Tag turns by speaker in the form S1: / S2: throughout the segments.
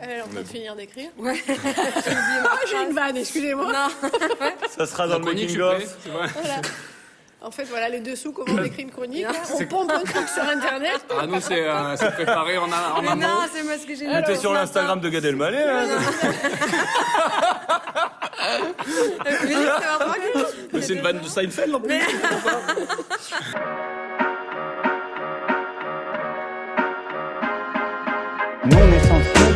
S1: Elle est en train de Euh, finir d'écrire.
S2: Ouais.
S1: Ah, j'ai une vanne, excusez-moi.
S2: non.
S3: Ça sera dans le making of.
S1: Voilà. En fait, voilà les dessous comment on écrit une chronique. hein. On
S4: C'est-
S1: pompe un truc sur Internet.
S4: Ah non, c'est euh, c'est préparé en, a- en
S2: Mais
S4: amont.
S2: non, c'est parce que j'ai.
S3: Mettez sur l'Instagram de Gad Elmaleh. hein. Mais C'est une vanne de Seinfeld en plus.
S5: non essentiel.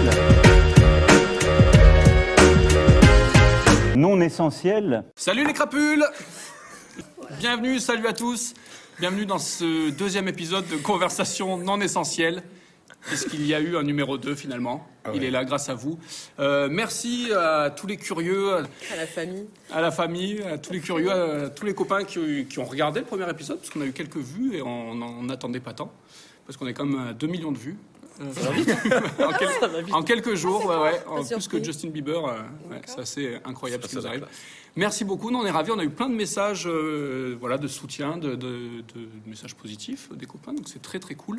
S5: Non essentiel.
S4: Salut les crapules Bienvenue, salut à tous. Bienvenue dans ce deuxième épisode de Conversation non essentielle. Puisqu'il y a eu un numéro 2 finalement.
S3: Ah
S4: Il est là grâce à vous. Euh, merci à tous les curieux,
S2: À la famille.
S4: à la famille, à tous les curieux, à tous les copains qui, qui ont regardé le premier épisode, parce qu'on a eu quelques vues et on n'en attendait pas tant, parce qu'on est quand même à 2 millions de vues. Euh, en, quel- en quelques jours, ouais, ouais, en plus que
S2: surpris.
S4: Justin Bieber, euh, ouais, c'est assez incroyable ce qui nous arrive. Merci beaucoup, nous on est ravis, on a eu plein de messages euh, voilà, de soutien, de, de- de messages positifs des copains, donc c'est très très cool.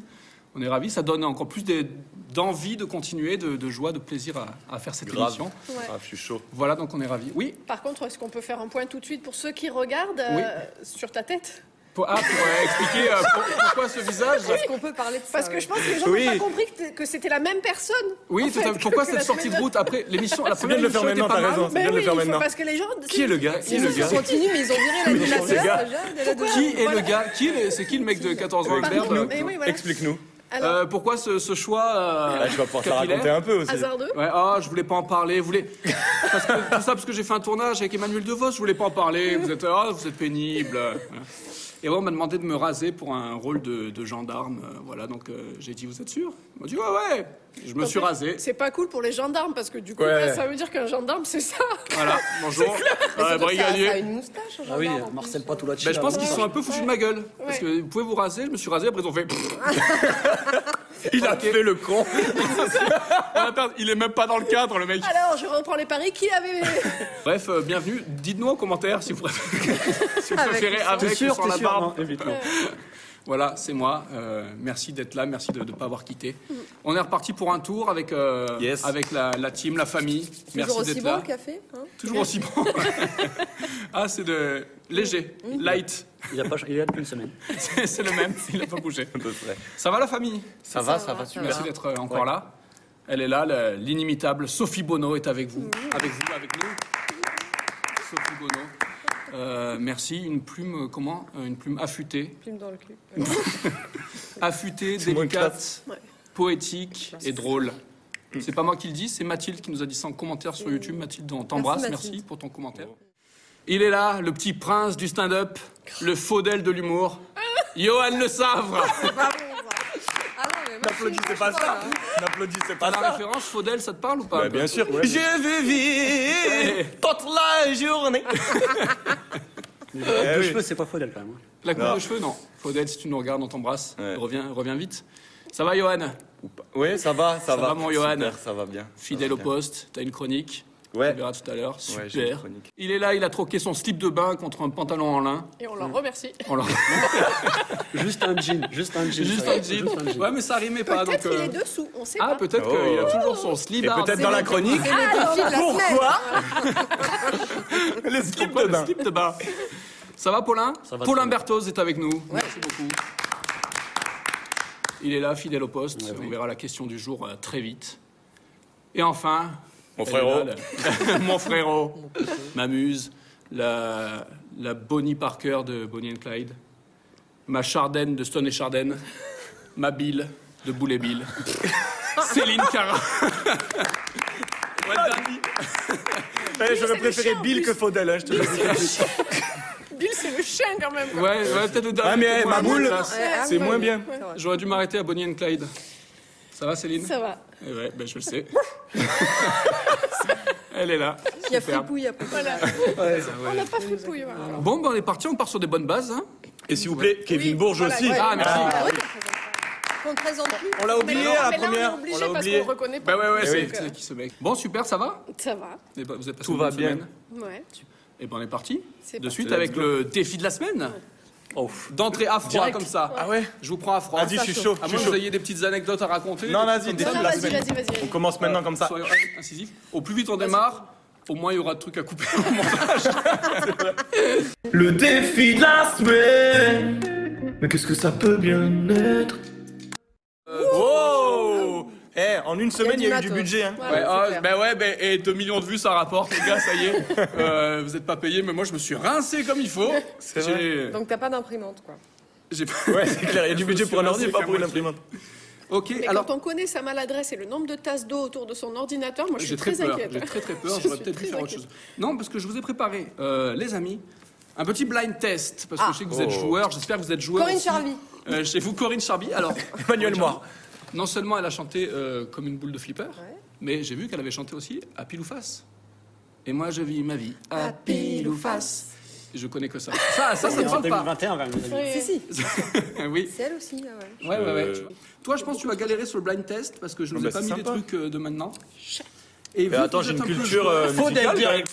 S4: On est ravis, ça donne encore plus des- d'envie de continuer, de, de joie, de plaisir à, à faire cette
S3: Grave.
S4: émission.
S1: Ouais.
S3: Ah, je suis chaud.
S4: Voilà, donc on est ravis. Oui
S1: Par contre, est-ce qu'on peut faire un point tout de suite pour ceux qui regardent euh, sur ta tête
S4: Pour, ah, pour euh, expliquer euh, pour- pourquoi ce visage
S2: Est-ce qu'on peut parler de ça
S1: Parce que je pense que les gens
S3: Oui.
S1: n'ont pas compris que t'es- que c'était la même personne. en
S4: Oui, tout
S1: fait,
S4: à fait. Pourquoi
S1: que la
S4: cette sortie de
S1: semaine
S4: route après l'émission La
S3: bien
S4: première
S3: de le faire
S4: émission était
S3: maintenant,
S4: pas
S3: t'as
S4: mal.
S3: raison.
S1: Mais
S3: C'est bien de
S1: oui,
S3: le faire
S1: il faut-
S3: maintenant.
S1: parce que les gens.
S3: Qui est le gars Qui est le
S2: Ils
S3: gars
S2: sont continus, mais ils ont viré la
S3: sont les
S2: délation déjà.
S3: gars.
S2: de la deuxième.
S4: Qui est le gars Qui est le- C'est qui le mec de 14 ans avec
S1: Pardon,
S4: Baird
S1: mais oui, voilà.
S3: Explique-nous.
S1: Alors,
S4: Euh, Pourquoi ce, ce choix euh,
S3: Ah, tu vas pouvoir te
S4: capillaire
S3: raconter un peu aussi.
S1: hasardeux.
S4: Ouais, ah, je voulais pas en parler. Vous voulez... parce que, tout ça parce que j'ai fait un tournage avec Emmanuel DeVos, je voulais pas en parler. Vous êtes, ah, vous êtes pénible. Voilà. Et ouais, on m'a demandé de me raser pour un rôle de, de gendarme. euh, Voilà, donc euh, j'ai dit, vous êtes sûr Il m'a dit, ouais, ouais. Je me suis rasé.
S1: C'est pas cool pour les gendarmes parce que du coup,
S3: Ouais.
S1: là, ça veut dire qu'un gendarme, c'est ça.
S4: Voilà, bonjour.
S3: bah,
S2: Mais
S4: Ouais, bah,
S2: surtout,
S4: brigadier.
S2: Ça, ça a une moustache.
S6: Ah oui, Marcel Patulacci.
S4: Ben, je pense qu'ils sont un peu foutus de ma gueule.
S1: Ouais.
S4: Parce que vous pouvez vous raser, je me suis rasé, après ils ont fait.
S3: Il a fait le con.
S4: Ah, merde, il est même pas dans le cadre, le mec.
S1: Alors, je reprends les paris. Qui avait.
S4: Bref, euh, bienvenue. Dites-nous en commentaire si vous préférez, si vous
S2: Avec
S4: préférez
S2: ou sans.
S4: avec,
S6: T'es
S4: ou
S6: sûr,
S4: sans
S6: t'es
S4: la
S6: sûr
S3: hein.
S4: barbe. Euh.
S6: non, évidemment.
S4: Voilà, c'est moi. Euh, merci d'être là, merci de ne pas avoir quitté. On est reparti pour un tour avec, euh,
S3: Yes.
S4: avec la, la team, la famille.
S2: Toujours
S4: merci
S2: aussi
S4: d'être
S2: bon
S4: là.
S2: le café. hein
S4: Toujours aussi bon. ah, c'est de léger,
S2: Mm.
S4: light.
S6: Il, a pas, il est là depuis une semaine.
S4: C'est c'est le même, il n'a pas bougé. Ça va la famille
S3: Ça va, ça va.
S2: ça
S4: Merci d'être euh, encore là. Elle est là, la- l'inimitable Sophie Bonneau est avec vous.
S2: Mmh.
S4: Avec vous, avec nous. Sophie Bonneau. Euh, merci, une plume, euh, comment Euh, Une plume affûtée.
S2: Plume dans le cul.
S4: Affûtée,
S3: moins
S4: délicate,
S1: Ouais.
S4: poétique et drôle.
S2: Mmh.
S4: C'est pas moi qui le dis, c'est Mathilde qui nous a dit ça en commentaire sur YouTube. Mathilde, on t'embrasse,
S2: Merci,
S4: merci,
S2: Mathilde.
S4: pour ton commentaire. Il est là, le petit prince du stand-up, le faudel de l'humour, Johan Le Savre.
S2: Pas bon, ça. Ah non, mais moi, je suis une
S3: N'applaudissez pas
S2: vache
S3: ça.
S2: folle, hein.
S3: N'applaudissez
S4: T'as
S3: pas
S4: la
S3: ça.
S4: référence, faudel, ça te parle ou pas
S3: Bah, bien sûr. Je vais
S4: Ouais.
S3: vivre toute la journée.
S6: Mais la coupe de
S3: Eh oui.
S6: cheveux, c'est pas Faudel quand même. hein.
S4: La coupe
S3: Non.
S4: de cheveux, non. Faudel, si tu nous regardes, on t'embrasse.
S3: Ouais.
S4: Reviens, reviens vite. Ça va, Johan
S3: Oui, ça va, ça,
S4: va, mon Johan.
S3: Super, Ça va bien.
S4: Fidèle
S3: Ça
S4: au
S3: va
S4: poste, t'as une chronique.
S3: Ouais.
S4: On verra tout à l'heure.
S3: Ouais, j'ai une
S4: Super.
S3: chronique.
S4: il est là, il a troqué son slip de bain contre un pantalon en lin.
S1: Et on leur remercie.
S4: On leur-
S6: Juste un jean, juste un jean.
S4: Juste
S6: ça,
S4: un jean.
S6: juste un jean.
S4: Ouais, mais ça rimait pas.
S1: Peut-être
S4: donc,
S1: qu'il
S4: euh,
S1: est dessous, on sait
S4: Ah,
S1: pas. Ah,
S4: peut-être
S3: Oh.
S4: qu'il a toujours son slip.
S3: bien. Et peut-être dans la chronique,
S2: C'est le défi de la semaine.
S3: le slip de bain.
S4: slip de bain. Ça va, Paulin
S6: Ça va,
S4: Paulin
S6: très bien.
S4: Berthoz est avec nous. Merci beaucoup. Il est là, fidèle au poste. On verra la question du jour euh, très vite. Et enfin,
S3: Mon
S4: elle
S3: frérot.
S4: est là, la- mon frérot, m'amuse, la, la Bonnie Parker de Bonnie and Clyde, ma Charden de Stone et Charden, ma Bill de Boulet Bill, Céline Cara.
S3: Eh,
S1: c'est
S3: J'aurais
S1: le
S3: préféré
S1: chien, en
S3: Bill
S1: plus.
S3: que Faudel, hein, je te le dis.
S1: Bill, c'est le chien quand même.
S4: Ouais,
S1: quoi.
S4: ouais peut-être le dernier.
S3: Ah, mais eh,
S4: Moi,
S3: ma boule.
S4: place.
S2: Ouais, ah,
S3: C'est
S2: ouais,
S3: moins
S2: oui.
S3: bien.
S2: C'est vrai.
S4: J'aurais dû m'arrêter à Bonnie and Clyde. Ça va, Céline
S1: Ça va.
S4: Eh ouais, ben je le sais. Elle est là.
S2: Il y a
S4: Superbe.
S2: Fripouille après.
S1: Voilà. On n'a pas fait de pouille. voilà.
S4: Bon, ben on est parti, on part sur des bonnes bases. hein.
S3: Et s'il vous plaît, Kevin Bourge
S1: voilà,
S3: aussi.
S1: ouais.
S4: Ah, merci.
S2: Qu'on ne présente plus.
S3: On l'a
S1: Mais
S3: oublié
S1: non,
S3: à la
S1: mais là,
S3: première.
S1: on est
S3: l'a
S1: obligé parce
S3: oublié.
S1: qu'on reconnaît
S4: Ben
S1: pas.
S4: ouais, ouais, c'est
S3: oui.
S4: c'est qui ce mec Bon, super, ça va Eh ben,
S1: Ça va.
S4: Vous avez- vous avez passé
S3: Tout
S4: une
S3: va
S4: bonne
S3: bien.
S4: semaine
S1: Ouais.
S4: Et ben on est parti.
S1: C'est
S4: De
S1: parti.
S4: suite
S3: Let's
S4: avec
S3: go.
S4: le défi de la semaine. D'entrée à froid,
S1: Direct.
S4: comme ça.
S3: Ah ouais
S4: Je vous prends à froid.
S3: Oh, Vas-y, je suis chaud.
S4: À
S3: Je
S4: moins
S3: suis
S4: que vous
S3: chaud.
S4: ayez des petites anecdotes à raconter.
S3: Non, vas-y,
S1: Non,
S3: dès
S1: non,
S3: la
S1: vas-y,
S3: semaine.
S1: vas-y, vas-y.
S3: On
S1: vas-y.
S3: commence maintenant comme ça.
S4: Soyons incisifs. Au plus vite on démarre, au moins il y aura de trucs à couper.
S7: Le défi de la semaine Mais qu'est-ce que ça peut bien être
S3: Oh Eh, en une semaine,
S2: du
S3: il y a eu du
S2: matos.
S3: budget. hein.
S1: Ouais,
S4: Ouais,
S1: c'est
S4: ah,
S1: clair.
S4: ben ouais, ben, et 2 millions de vues, ça rapporte, les gars, ça y est. Euh, vous n'êtes pas payé, mais moi, je me suis rincé comme il faut.
S3: C'est
S4: J'ai-
S2: Donc t'as pas d'imprimante, quoi.
S4: j'ai pas-
S3: Ouais, c'est clair, il y a du
S4: Je me
S3: budget
S4: suis
S3: pour un ordi
S4: rincé
S3: et pas
S4: qu'à
S3: pour une
S4: moitié.
S3: imprimante.
S4: Ok,
S1: Mais
S4: alors,
S1: quand on connaît sa maladresse et le nombre de tasses d'eau autour de son ordinateur, moi je
S4: j'ai
S1: suis
S4: très
S1: très,
S4: peur.
S1: inquiète.
S4: J'ai très, très peur.
S1: Je
S4: J'aurais
S1: suis
S4: peut-être dû
S1: très
S4: faire autre chose.
S1: inquiète.
S4: Non, parce que je vous ai préparé, euh, les amis, un petit blind test. Parce que
S1: Ah.
S4: je sais que vous êtes
S3: Oh.
S4: joueurs, j'espère que vous êtes joueurs.
S2: Corinne
S4: aussi.
S2: Charvie.
S4: Euh, chez vous, Corinne Charby. Alors,
S3: Emmanuel Moir.
S4: non seulement elle a chanté euh, comme une boule de flipper, mais j'ai vu qu'elle avait chanté aussi à pile ou face. Et moi, je vis ma vie
S2: Ah,
S4: à Ah, pile ou face. Et je connais que ça. Ça, ça, ça ne
S6: C'est en
S4: parle pas.
S6: 2021, vraiment, les amis.
S1: Oui,
S2: Si,
S1: oui.
S2: si.
S4: oui.
S2: C'est elle aussi, ah ouais.
S4: Ouais, ouais, ouais.
S3: Euh,
S4: Toi, je pense que tu vas galérer sur le blind test parce que je ne
S3: Oh,
S4: vous ai
S3: bah,
S4: pas mis
S3: c'est
S4: des
S3: sympa.
S4: trucs euh, de maintenant. Et vu que
S3: attends,
S4: vous
S3: j'ai
S4: êtes
S3: une
S4: un peu-
S3: culture euh,
S6: Faut
S3: musicale.
S6: d'être direct.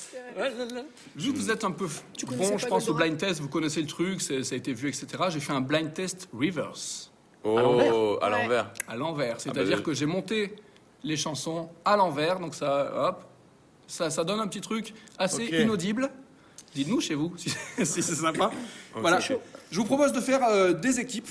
S4: Vu que vous êtes un peu f-
S1: connaissais
S4: bon, je
S1: pas
S4: pense au
S1: l'odorat
S4: blind test, vous connaissez le truc, c'est- ça a été vu, etc. J'ai fait un blind test reverse,
S8: Oh, à l'envers.
S4: à
S3: Ah,
S4: l'envers. C'est-à-dire
S8: bah,
S4: que j'ai monté les chansons à l'envers, donc ça, hop, ça, ça donne un petit truc assez
S3: Ok.
S4: inaudible. Dites-nous chez vous si, si c'est sympa. voilà. Je vous propose de faire euh, des équipes.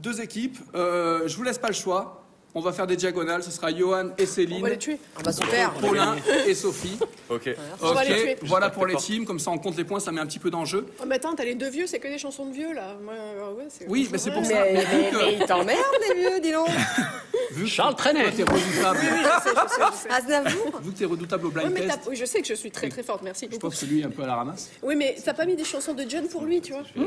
S4: Deux équipes. Euh, je vous laisse pas le choix. On va faire des diagonales. Ce sera Johan
S1: On
S4: et
S1: va
S4: Céline,
S1: les tuer.
S2: Ah bah super.
S4: Paulin et Sophie.
S8: Ok.
S1: On va les tuer.
S4: Ok, voilà pour les teams. Comme ça, on compte les points. Ça met un petit peu d'enjeu.
S1: Oh, mais attends, t'as les deux vieux, c'est que des chansons de vieux là. Moi, euh, ouais, c'est-
S4: Oui, mais c'est pour
S1: Ouais.
S4: ça. Mais
S2: Mais,
S4: vu
S2: mais il
S4: que,
S2: t'emmerde, les vieux, dis donc.
S4: vu que
S6: Charles Trenet.
S4: t'es redoutable,
S2: Ah, Aznavour.
S4: vu que t'es redoutable au
S1: Ouais,
S4: blind
S1: mais t'as-
S4: test,
S1: oui, je sais que je suis très très forte, merci
S4: je
S1: beaucoup.
S4: pense que lui est un peu à la ramasse.
S1: Oui, mais t'as pas mis des chansons de John pour lui, tu vois
S4: C'est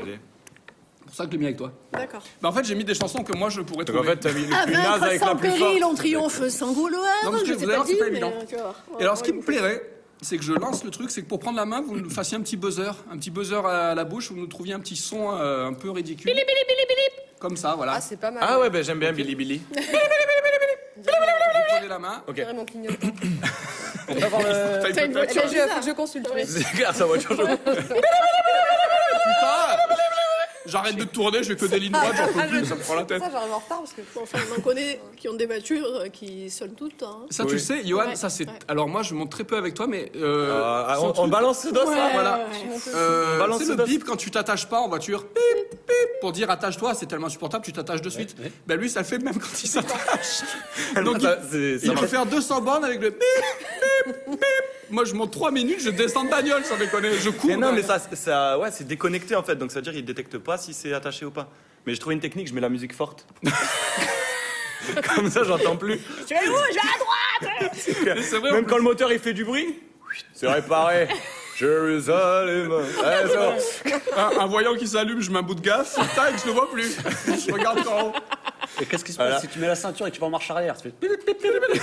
S4: pour ça que je l'ai mis avec toi.
S1: D'accord.
S4: Bah, en fait, j'ai mis des chansons que moi je pourrais
S3: Donc en
S4: trouver.
S3: fait, t'as mis une naze
S1: vaincre
S3: avec la
S1: sans
S3: plus forte.
S1: péril, on triomphe sans
S4: Non, parce
S1: gaulois.
S4: que
S1: Je
S4: vous
S1: t'ai
S4: allez
S1: pas
S4: voir,
S1: dit,
S4: c'est pas
S1: mais
S4: évident.
S1: euh, tu vas voir.
S4: Et alors, ce qui
S1: Ouais,
S4: me plairait, c'est que je lance le truc, c'est que pour prendre la main, vous nous fassiez un petit buzzer, un petit buzzer à la bouche, vous nous trouviez un petit son euh, un peu ridicule. Comme ça, voilà.
S2: Ah, c'est pas mal.
S3: Ah ouais, ben j'aime bien Billy Billy.
S4: vous prenez la main. Oh,
S2: Je dirais mon clignotant.
S1: T'as une
S2: Eh ben,
S1: voiture
S2: je,
S1: bizarre.
S2: faut que je consulte.
S1: Ouais.
S2: les-
S3: Grâce à voiture, je
S4: Putain J'arrête de tourner, j'ai que des lignes droites, j'en peux plus, ça me prend la tête.
S2: Ah, Ça, j'arrive en retard parce que.
S1: Enfin, on en connaît qui ont des voitures euh, qui sonnent hein. tout le temps.
S4: Ça, tu le sais, Johan,
S1: Ouais,
S4: ça c'est.
S1: ouais.
S4: Alors moi, je monte très peu avec toi, mais. euh,
S3: Ah,
S4: son
S3: on, on
S4: truc-
S3: balance ce dos
S1: Ouais,
S3: ça
S4: voilà.
S1: ouais, ouais.
S4: Euh,
S3: Balance
S4: c'est
S3: le
S4: le
S3: dos.
S4: bip quand tu t'attaches pas en voiture. Bip, bip, pour dire attache-toi, c'est tellement insupportable, tu t'attaches de suite. Ben lui, ça le fait même quand il s'attache. Donc il,
S3: Ah, Ça, c'est- ça
S4: il peut
S3: marche.
S4: faire 200 bornes avec le bip, bip, bip. Moi, je monte 3 minutes, je descends de bagnole, sans déconner, je cours.
S3: Mais non, mais ça, ça ouais, c'est déconnecté en fait, donc ça veut dire qu'il détecte pas si c'est attaché ou pas. Mais j'ai trouvé une technique, je mets la musique forte. Comme ça, j'entends plus.
S1: Tu vas où Je vais à droite
S4: c'est vrai,
S3: Même quand le moteur il fait du bruit, c'est réparé. Jérusalem. Ouais, c'est bon.
S4: un, un voyant qui s'allume, je mets un bout de gaffe, tac, je le vois plus. Je regarde en haut.
S6: Et qu'est-ce qui se
S3: Voilà.
S6: passe si tu mets la ceinture et que tu vas en marche arrière ça fait pip, pip, pip.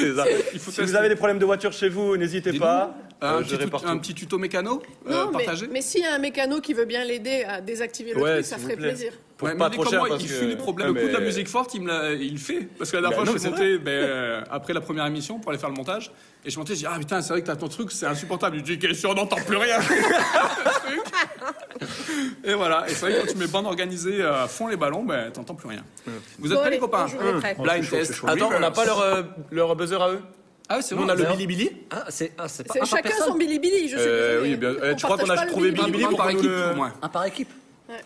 S3: C'est ça. Si vous avez des problèmes de voiture chez vous, n'hésitez pas.
S4: Un,
S3: Euh,
S4: petit,
S3: je
S4: tut-
S3: répare
S4: un
S3: tout.
S4: petit tuto mécano euh,
S1: Non, mais,
S4: partagé.
S1: mais s'il y a un mécano qui veut bien l'aider à désactiver le
S3: Ouais,
S1: truc,
S3: s'il
S1: ça
S3: vous
S1: ferait
S3: plaît.
S1: plaisir.
S3: Pour
S4: Ouais,
S3: pas
S4: mais
S3: trop
S4: comment
S3: cher.
S4: il
S3: parce
S4: fuit
S3: que-
S4: les problèmes.
S3: Ah,
S4: Au coup de la
S3: mais-
S4: musique forte, il me l'a- il le fait. Parce que la dernière
S3: Bah
S4: fois,
S3: non,
S4: je suis
S3: mais
S4: monté ben, euh, après la première émission pour aller faire le montage. Et je suis monté, je dis Ah putain, c'est vrai que t'as ton truc, c'est insupportable. Il dit Qu'est-ce qu'on n'entend plus rien Et voilà. Et c'est vrai que quand tu mets bande organisée euh, à fond les ballons, ben t'entends plus rien. Vous
S1: Bon,
S4: êtes prêts, les
S1: allez,
S3: hein.
S4: copains hein.
S1: bonjour, on est prêts.
S4: Blind test.
S3: Attends, on n'a pas leur, euh, leur buzzer à eux
S4: Ah oui, c'est
S3: Nous,
S4: vrai.
S3: on a le
S4: d'ailleurs.
S3: Billy Billy.
S6: Ah, c'est ah, c'est pas
S1: C'est
S6: un par
S1: chacun son
S6: personne.
S1: bilibili, je sais
S3: Euh,
S1: désolée.
S3: oui, bien- eh, tu
S1: On
S3: crois qu'on a
S1: partage pas le
S3: trouvé
S4: Un
S1: bilibili.
S3: Billy
S4: ballon par
S3: pour
S4: équipe,
S3: nous le-
S4: au moins.
S6: Un par équipe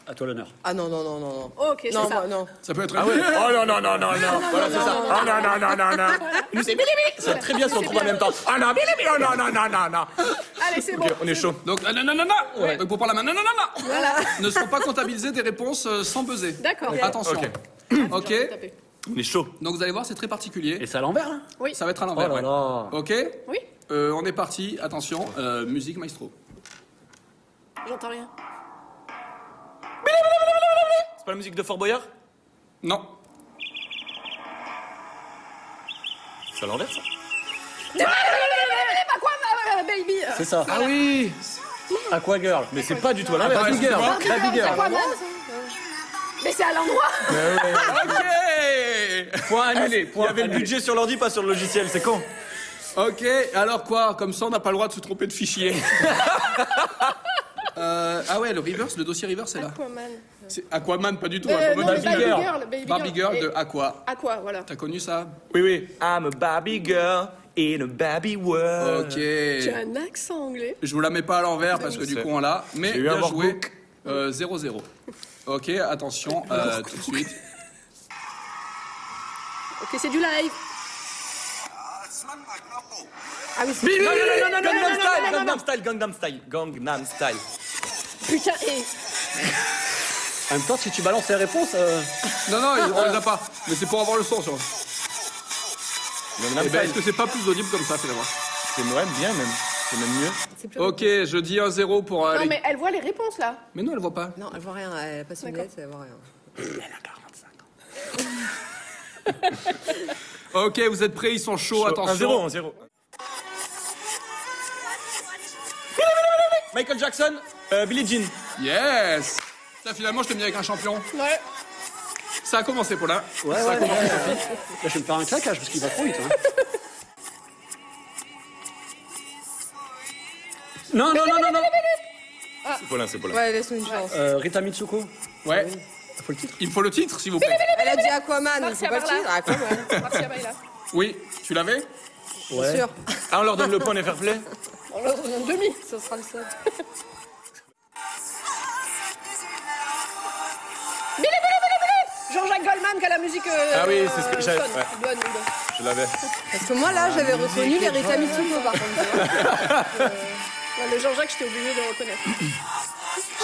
S6: À toi l'honneur.
S2: Ah non, non, non, non, non.
S1: Ok, c'est
S2: Non,
S1: ça.
S2: moi, non.
S4: Ça peut être.
S3: Oh non, non, non, non, non. Voilà, c'est ça. Oh non, non, non, non, non. Nous, c'est Billy Billy. C'est très bien si on trouve en même temps. Oh non, Billy Billy. Oh non, non, non, non, non.
S1: Allez, c'est bon.
S3: Ok, on est chaud.
S4: Donc, ah, non, non, non, non Donc, pour prendre la main, non, non, non, non
S1: Voilà.
S4: Ne seront pas comptabilisées des réponses euh, sans buzzer.
S1: D'accord.
S4: Attention.
S3: Ok.
S4: Ok.
S1: J'ai envie de taper.
S3: On est chaud.
S4: Donc, vous allez voir, c'est très particulier.
S6: Et c'est à l'envers là
S1: Oui.
S4: Ça va être à
S6: Oh
S4: l'envers.
S6: là
S4: ouais.
S6: là
S4: Ok
S1: Oui,
S4: Euh, On est parti, attention, euh, musique maestro.
S1: j'entends rien.
S3: C'est pas la musique de Fort Boyard
S4: Non.
S3: C'est à l'envers, ça
S1: Pas quoi, ma- ma- ma baby euh,
S6: C'est ça.
S4: Ah oui
S6: Aqua Girl. Mais c'est pas du tout à
S3: Ah,
S6: l'envers.
S4: Attends,
S6: Baby Girl.
S4: excuse-moi.
S6: Baby Girl.
S1: c'est quoi, man Mais c'est à l'endroit
S4: Ah Ok
S6: Point annulé.
S3: Il y
S6: Point
S3: avait le budget sur l'ordi, pas sur le logiciel, c'est con.
S4: Ok, alors quoi Comme ça, on n'a pas le droit de se tromper de fichier. Euh, ah ouais, le Reverse, le dossier Reverse est là.
S1: Aquaman.
S4: C'est Aquaman, pas du tout. hein,
S1: Euh, non,
S4: Aquaman,
S1: mais
S4: Barbie
S1: Baby
S4: Girl.
S1: Girl. Baby
S4: Barbie Girl de
S1: Et-
S4: Aqua.
S1: Aqua, voilà.
S4: T'as connu ça
S3: Oui, oui. I'm a Barbie girl in a Barbie world.
S4: Ok.
S1: Tu as un accent anglais.
S4: Je vous la mets pas à l'envers parce que du
S3: sais.
S4: coup on l'a. Mais
S3: J'ai eu un
S4: bien
S3: workbook.
S4: joué. Euh, 0-0. ok, attention, euh, tout de suite.
S1: Ok, c'est du live.
S2: Ah oui, c'est
S3: Non, non, non, non, non, non, Gangnam Style, Gangnam Style, Gangnam Style.
S1: Putain, et
S6: En même temps, si tu balances les réponses, euh,
S4: Non, non, on les a pas. Mais c'est pour avoir le son, sur.
S3: Gangnam
S4: Eh ben, est-ce que
S3: Style.
S4: c'est pas plus audible comme ça, finalement
S3: C'est ouais, bien même. C'est même mieux.
S2: c'est plus.
S4: Ok, je dis 1-0 pour aller.
S1: Non, mais elle voit les réponses là.
S4: mais non, elle voit pas.
S2: Non, elle voit rien, elle passe une lettre, elle voit rien.
S4: Ok, vous êtes prêts, ils sont chauds, attention.
S3: 1-0, 1-0. Michael Jackson, euh, Billie Jean.
S4: Yes Ça, finalement, je t'ai mis avec un champion.
S1: Ouais.
S4: Ça a commencé, Paulin.
S6: ouais, ouais, ouais, ouais. Là, je vais me faire un claquage parce qu'il va trop vite. hein. Non, non, non, non, non.
S3: C'est Paulin, c'est Paulin.
S2: Ouais, laisse-nous une chance.
S6: Euh, Rita Mitsuko.
S4: Ouais.
S6: Faut le titre.
S4: Il me faut le titre, s'il vous plaît.
S2: Elle a dit Aquaman, mais
S1: Marcia
S2: c'est pas le
S1: Barla.
S2: titre. Aquaman,
S1: Marcia Baila.
S4: Oui, tu l'avais
S2: bien sûr.
S3: Ah, on leur donne le point des fair play
S1: On leur donne un demi.
S2: Ce sera le seul.
S1: Jean-Jacques Goldman qui a la musique. euh,
S3: Ah oui, c'est ce que
S1: euh,
S3: j'avais-
S1: sonne.
S3: ouais.
S1: Bonne, bonne.
S3: Je l'avais.
S2: Parce que moi,
S4: Ah,
S2: là, j'avais reconnu les Rita Mitsuko, par contre.
S1: Ouais, le Jean-Jacques, j'étais obligée de le reconnaître.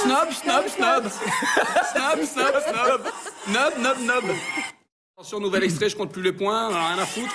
S4: Snob, snob, snob. snob, snob, snob. Nob, nob, nob. Attention, nouvel extrait, je compte plus les points, on a rien à foutre.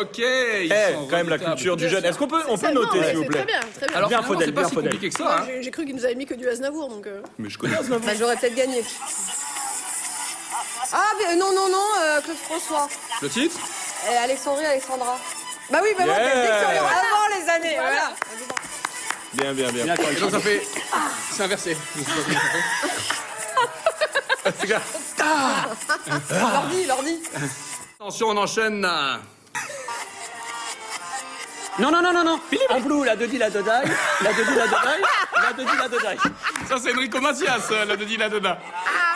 S4: ok. Ils
S3: Eh,
S4: sont
S3: quand même, la
S4: redoutables.
S3: culture du jeune. Est-ce qu'on peut, on peut
S1: Ça, non,
S3: noter,
S1: ouais,
S3: s'il vous
S1: c'est
S3: plaît
S1: Très bien, très bien.
S4: Alors,
S6: Bien
S4: finalement,
S6: Faudel,
S4: c'est pas
S6: bien
S4: si
S6: Faudel.
S4: compliqué que
S1: Moi,
S4: ça. hein.
S1: j'ai j'ai cru qu'ils nous avaient mis que du Aznavour, donc. euh,
S3: Mais je connais
S2: Bah, j'aurais peut-être gagné. Ah, mais, euh, non, non, non, euh, Claude François.
S4: Le titre
S2: Et Alexandrie, Alexandra. Bah oui, bah moi,
S3: Yeah.
S2: dès que sur les- avant les années, voilà.
S3: Bien, bien, bien.
S6: Viens,
S4: Et
S6: correction.
S4: donc, ça fait. C'est inversé. Ah.
S2: L'ordi, l'ordi.
S4: Attention, on enchaîne. euh,
S6: Non, non, non, non, non. En blue, la Dodi, la Dodaille. La Dodi, la Dodaille. La Dodi, la Dodaille.
S4: Ça, c'est Enrico Macias, euh, la Dodi, la Dada.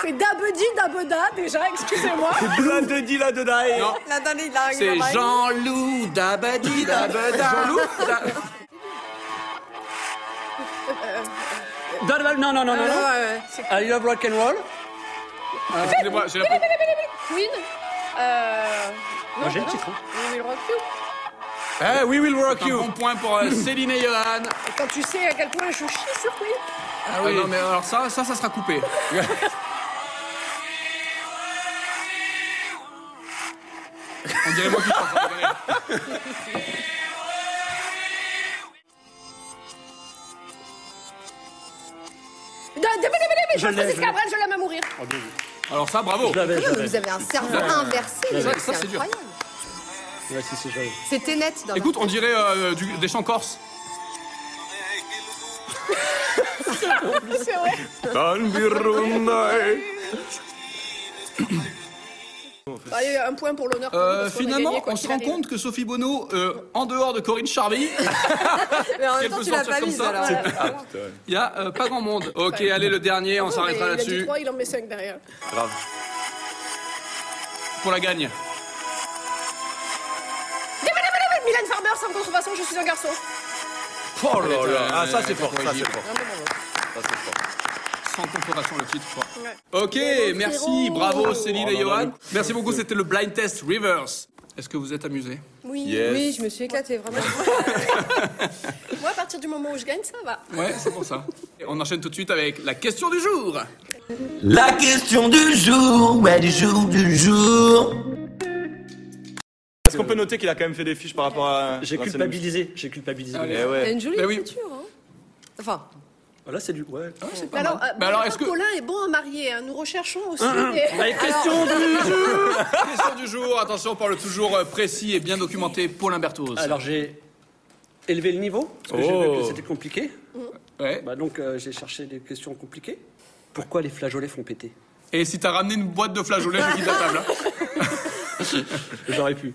S1: C'est Dabedi Dabeda, déjà, excusez-moi.
S3: La de di, la de die.
S4: Non.
S2: La dernière, la
S4: C'est Jean-Loup Dabadi Dabada. Jean-Loup Da-
S6: Dodaille, Non, non, non,
S3: Ah,
S6: non, non. I love rock and roll.
S4: Ah, Excusez-moi, j'ai la
S1: Queen. Euh. Non,
S6: j'ai le
S1: non,
S6: titre,
S3: Ah,
S1: We
S6: hein.
S1: Will Rock You.
S3: Eh, we will rock
S4: Un
S3: you.
S4: bon point pour euh, Céline et Johan.
S1: Et quand tu sais à quel point je chie sur Queen.
S4: Ah oui. non, mais alors ça, ça, ça sera coupé. On dirait moi qui chante. on dirait.
S1: Da- Dabedi Dabedi,
S6: Je l'ai,
S1: Francis
S6: je l'ai.
S1: Cabrel, je l'aime à mourir.
S4: Alors ça, bravo.
S6: Je l'avais, je l'avais.
S2: Ah, Vous avez un cerveau inversé, mais
S4: Ça, ça,
S2: c'est
S4: c'est dur.
S2: incroyable.
S6: Ouais, si, si, j'avais.
S3: Ah,
S2: C'était net dans la-
S4: Écoute, on dirait euh, du- des chants corses.
S1: C'est vrai.
S3: I'll be running.
S1: Allez, un point pour l'honneur. pour nous,
S4: Euh,
S1: parce qu'on a
S4: finalement,
S1: gagné, quoi
S4: on
S1: qu'il
S4: se rend
S1: arrive.
S4: compte que Sophie Bonneau, euh, en dehors de Corinne Charby,
S2: Mais en même
S4: qu'elle
S2: temps,
S4: peut
S2: tu l'as
S4: sortir
S2: pas
S4: comme
S2: mise
S4: ça,
S2: alors. euh.
S1: Voilà.
S4: il n'y a euh, pas grand monde. Ok, allez, le dernier, on
S1: Ah Non,
S4: s'arrêtera
S1: mais Il a dit
S4: là-dessus
S1: 3, il en met 5 derrière.
S3: Grave.
S4: pour la gagne.
S1: Mylène Farmer, sans contrefaçon, je suis un garçon.
S3: Oh là là. Ah, ça, c'est fort, ça, c'est fort.
S4: Sans contrefaçon, le titre, je crois.
S1: Ouais.
S4: Ok,
S1: Bravo,
S4: merci,
S1: frérot.
S4: bravo Céline et
S3: Oh là là,
S4: Johan. Merci beaucoup, c'était le blind test reverse. Est-ce que vous êtes amusés
S2: Oui,
S3: Yes.
S2: oui, je me suis éclatée vraiment.
S1: Moi, à partir du moment où je gagne, ça va.
S4: Ouais, c'est pour ça. Et on enchaîne tout de suite avec la question du jour.
S7: La question du jour, ouais, du jour, du jour.
S3: Est-ce qu'on peut noter qu'il a quand même fait des fiches par rapport à.
S6: J'ai
S3: l'ancienne-
S6: culpabilisé. J'ai culpabilisé.
S3: Eh
S4: Allez.
S2: Il y a
S3: ouais.
S2: une jolie
S4: Bah oui.
S2: écriture. Hein. Enfin,
S6: Ah,
S7: Là, c'est du. Ouais.
S3: Ah,
S4: c'est pas
S1: Alors,
S4: mal.
S1: euh,
S4: Mais alors,
S1: Benjamin
S4: est-ce que.
S1: Paulin est bon à marier. hein. Nous recherchons aussi des...
S7: Allez, question du jeu
S4: Question du jour, attention, on parle toujours euh, précis et bien documenté. Paulin Berthoz.
S6: Alors j'ai élevé le niveau, parce que j'ai vu
S8: Oh.
S6: que c'était compliqué.
S4: Ouais.
S6: Bah, donc euh, j'ai cherché des questions compliquées. Pourquoi les flageolets font péter Ah,
S4: Et si t'as ramené une boîte de flageolets, je quitte la table. hein.
S6: J'aurais pu.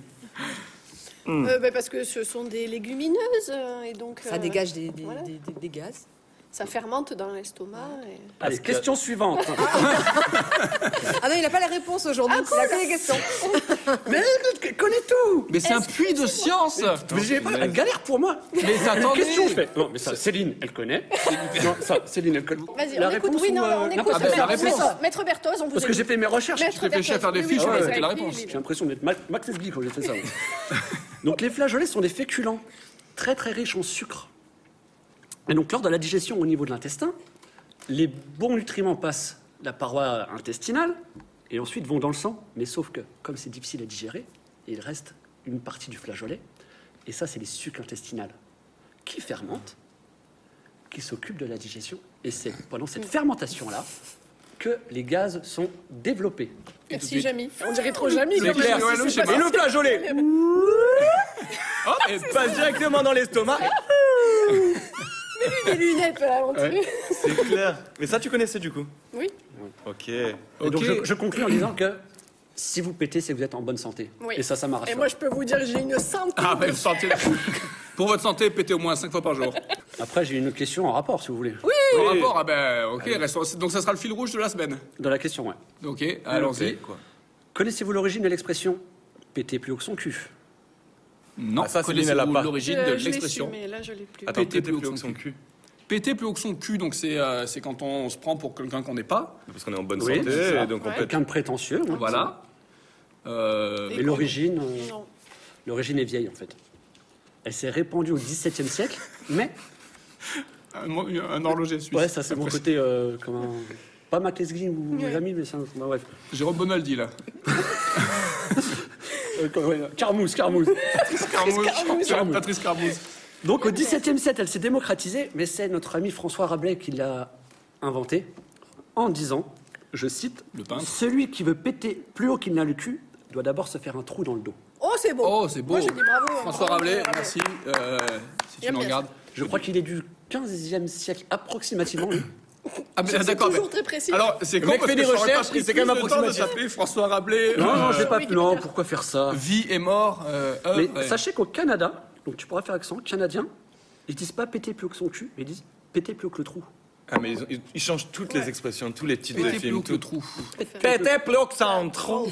S1: Euh, bah, parce que ce sont des légumineuses euh, et donc
S2: ça
S1: euh,
S2: dégage des, des-
S1: voilà.
S2: des- des- des gaz.
S1: ça fermente dans l'estomac. et-
S6: Allez,
S8: que-
S6: question suivante.
S2: Ah non, il n'a pas la réponse aujourd'hui.
S1: Ah,
S2: Il a que les questions.
S6: Mais je connais tout
S4: Mais c'est un puits de science
S6: Mais j'ai pas la galère pour moi
S4: Mais
S6: Une
S4: attendez
S6: question, je fais. Non, mais ça, Céline, elle connaît. non, ça, Céline, elle connaît.
S1: Vas-y,
S6: La
S1: on écoute.
S6: réponse
S1: Oui,
S6: ou,
S1: non,
S6: euh,
S1: on écoute.
S6: n'importe
S4: Ah, bah, la
S1: Maître-
S4: réponse.
S1: Maître, Maître Berthoz, on vous
S6: Parce que j'ai fait mes recherches.
S1: Maître
S4: t'ai fait chier à faire des
S1: Berthoz,
S4: fiches,
S1: oui,
S6: je
S1: oui,
S6: pensais
S1: oui,
S4: que la
S1: oui, oui,
S4: réponse.
S6: Ah J'ai
S1: oui.
S6: l'impression d'être Max, Max Lesguy quand j'ai fait ça. ouais. donc les flageolets sont des féculents très très riches en sucre. Et donc lors de la digestion au niveau de l'intestin, les bons nutriments passent la paroi intestinale et ensuite vont dans le sang. Mais sauf que comme c'est difficile à digérer, il reste une partie du flageolet. Et ça, c'est les sucres intestinales qui fermentent, qui s'occupent de la digestion. Et c'est pendant cette fermentation-là que les gaz sont développés.
S1: Merci, Jamie. On dirait trop Jamie.
S4: C'est
S1: comme
S4: clair,
S1: si
S4: ouais, le
S1: Bah, c'est
S4: schéma.
S1: pas-
S4: Et le
S8: flageolet
S4: Oh,
S8: Hop, et passe directement dans l'estomac.
S1: Des lunettes, là, on dirait.
S3: C'est clair. Mais ça, tu connaissais du coup
S1: Oui,
S3: Ok.
S6: Et donc
S4: Ok.
S6: je, je conclus en disant que si vous pétez, c'est que vous êtes en bonne santé.
S1: Oui.
S6: Et ça, ça m'a rassuré.
S1: et moi, je peux vous dire que j'ai une santé.
S4: Ah, bah, santé. Pour votre santé, pétez au moins 5 fois par jour.
S6: Après, j'ai une question en rapport, si vous voulez.
S4: Au rapport, ah ben, ok, restons- donc ça sera le fil rouge de la semaine.
S6: Dans la question, ouais.
S4: Ok, allons-y.
S8: Ok, quoi.
S6: Connaissez-vous l'origine de l'expression péter plus haut que son cul
S4: Non,
S8: Ah, ça, Céline, elle
S4: connaissez-vous
S8: l'a pas.
S4: l'origine
S1: Euh,
S4: de
S1: je l'ai su,
S4: l'expression
S1: mais là, je l'ai plus.
S8: Attends,
S4: Péter
S8: péter
S4: plus
S8: plus haut que son cul.
S4: Péter plus haut que son cul, donc c'est euh, c'est quand on se prend pour quelqu'un qu'on n'est pas.
S8: Parce qu'on est en bonne
S6: Oui,
S8: santé,
S6: c'est ça.
S8: et donc on
S1: Ouais.
S8: pète.
S6: Quelqu'un de prétentieux. ouais.
S4: Voilà. Euh,
S6: Mais l'origine, euh,
S1: Non.
S6: l'origine est vieille, en fait. Elle s'est répandue au XVIIe siècle, mais...
S4: un, mo- un horloger suisse.
S6: Ouais, ça, c'est mon côté euh, comme un... Pas Mac Lesguy ou Jamie, mais c'est un... bah, bref.
S4: Jérôme Bonaldi, là.
S6: Euh, quand- ouais, Carmouze, Carmouze.
S4: Carmouze, c'est
S6: Carmouze.
S4: Patrice Carmouze.
S6: Donc au XVIIe siècle, elle s'est démocratisée, mais c'est notre ami François Rabelais qui l'a inventée en disant, je cite,
S4: Le peintre.
S6: Celui qui veut péter plus haut qu'il n'a le cul doit d'abord se faire un trou dans le dos.
S1: Oh, c'est beau.
S4: Oh, c'est beau.
S1: Moi, je dis bravo.
S4: François
S1: Bravo,
S4: Rabelais,
S1: bravo.
S4: merci. euh, si tu
S1: J'aime
S4: nous
S1: bien
S4: regardes.
S6: Je crois qu'il est du 15e siècle approximativement. lui.
S4: Ah, mais
S1: C'est
S4: d'accord.
S1: toujours
S4: mais-
S1: très précis.
S4: Alors, c'est
S8: Le
S4: con
S8: mec
S4: parce
S8: fait
S4: que
S8: des
S4: j'aurais pas
S8: recherches,
S4: pris
S8: c'est quand même
S4: plus le temps de
S8: approximatif.
S4: taper François Rabelais.
S6: Non, non,
S4: euh,
S6: j'ai pas.
S1: oui,
S6: Non,
S1: Jupiter.
S6: pourquoi faire ça
S4: Vie et mort. euh,
S6: Mais
S4: œuvre et-
S6: sachez qu'au Canada, donc tu pourras faire accent canadien, ils disent pas péter plus haut que son cul, mais ils disent péter plus haut que le trou.
S8: Ah, mais ils, ont- ils- ils changent toutes les expressions, tous les titres de
S4: Péter plus haut
S8: films,
S4: que le
S8: tout.
S4: trou.
S8: Péter plus haut que son trou.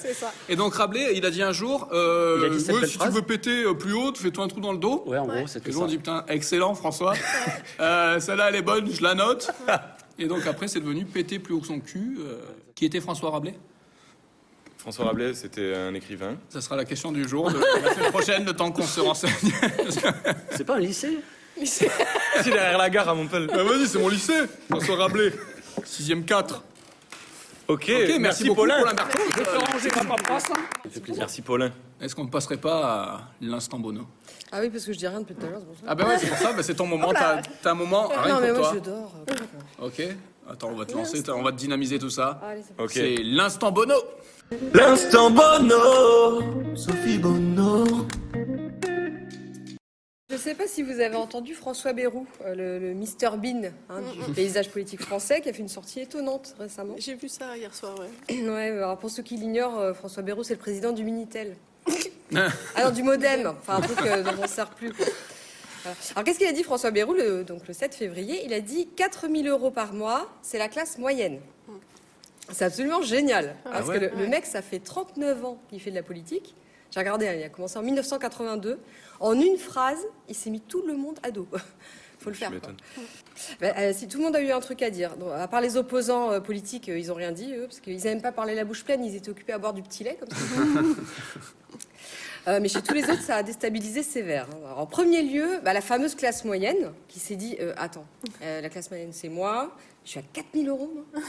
S1: C'est ça.
S4: Et donc Rabelais, il a dit un jour,
S6: Il
S4: euh,
S6: a dit cette
S4: ouais,
S6: belle
S4: si
S6: phrase.
S4: tu veux péter euh, plus haut, tu fais-toi un trou dans le dos.
S6: Ouais, en gros, c'est
S4: Et
S6: tout
S4: nous
S6: ça.
S4: on dit putain, excellent François. Euh, Celle-là elle est bonne, je la note. Et donc après c'est devenu péter plus haut que son cul. euh, qui était François Rabelais
S8: François Rabelais, c'était un écrivain.
S4: Ça sera la question du jour, de la semaine prochaine, le temps qu'on se renseigne.
S6: C'est pas un lycée
S8: C'est derrière la gare à Montpellier.
S4: Bah, Vas-y, c'est mon lycée, François Rabelais. 6ème 4.
S8: Ok,
S4: Ok, merci, beaucoup
S8: Paulin.
S4: pour la marque.
S8: Merci Paulin.
S4: Est-ce qu'on ne passerait pas à l'instant Bono
S2: Ah oui, parce que je dis rien depuis tout à l'heure. c'est pour ça.
S4: Ah ben ouais, c'est pour ça, bah, c'est ton moment, t'as t'as un moment, Ah, rien
S2: non, mais
S4: pour
S2: moi,
S4: toi.
S2: je dors. euh,
S4: Ok, attends, on va te lancer, t'as- on va te dynamiser tout ça.
S2: Ah, Allez, c'est
S8: Ok.
S4: C'est l'instant Bono
S7: L'instant Bono Sophie Bono
S2: Je ne sais pas si vous avez entendu François Bayrou, euh, le, le Mr Bean hein, du paysage politique français, qui a fait une sortie étonnante récemment.
S1: J'ai vu ça hier soir, ouais.
S2: Ouais, alors pour ceux qui l'ignorent, euh, François Bayrou, c'est le président du Minitel. ah non, du Modem, enfin un truc euh, dont on ne sert plus. quoi. Voilà. Alors qu'est-ce qu'il a dit François Bayrou le, donc, le 7 février Il a dit 4000 euros par mois, c'est la classe moyenne. C'est absolument génial. parce que le, le mec, ça fait 39 ans qu'il fait de la politique. J'ai regardé, hein, il a commencé en 1982. En une phrase, il s'est mis tout le monde à dos. Faut le faire. quoi.
S8: m'étonnes.
S2: Ben, euh, si tout le monde a eu un truc à dire, Donc, à part les opposants euh, politiques, euh, ils n'ont rien dit, eux, parce qu'ils n'aiment pas parler la bouche pleine, ils étaient occupés à boire du petit lait, comme ça. Euh, mais chez tous les autres, ça a déstabilisé sévère. hein. Alors, en premier lieu, bah, la fameuse classe moyenne qui s'est dit euh, Attends, euh, la classe moyenne, c'est moi, je suis à 4000 euros, moi.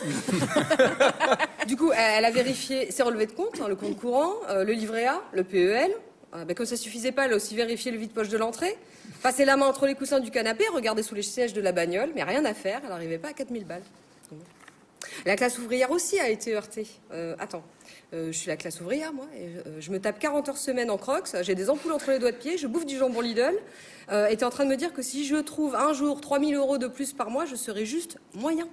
S2: Du coup, elle a vérifié ses relevés de compte, hein, le compte courant, euh, le livret A, le PEL. Ah, ben, comme ça suffisait pas, elle a aussi vérifié le vide-poche de l'entrée, passer la main entre les coussins du canapé, regarder sous les sièges de la bagnole, mais rien à faire, elle n'arrivait pas à 4000 balles. Donc, La classe ouvrière aussi a été heurtée. Euh, attends, euh, je suis la classe ouvrière, moi. et, euh, je me tape 40 heures semaine en crocs, j'ai des ampoules entre les doigts de pied, je bouffe du jambon Lidl. Euh, et t'es en train de me dire que si je trouve un jour 3000 euros de plus par mois, je serai juste moyen.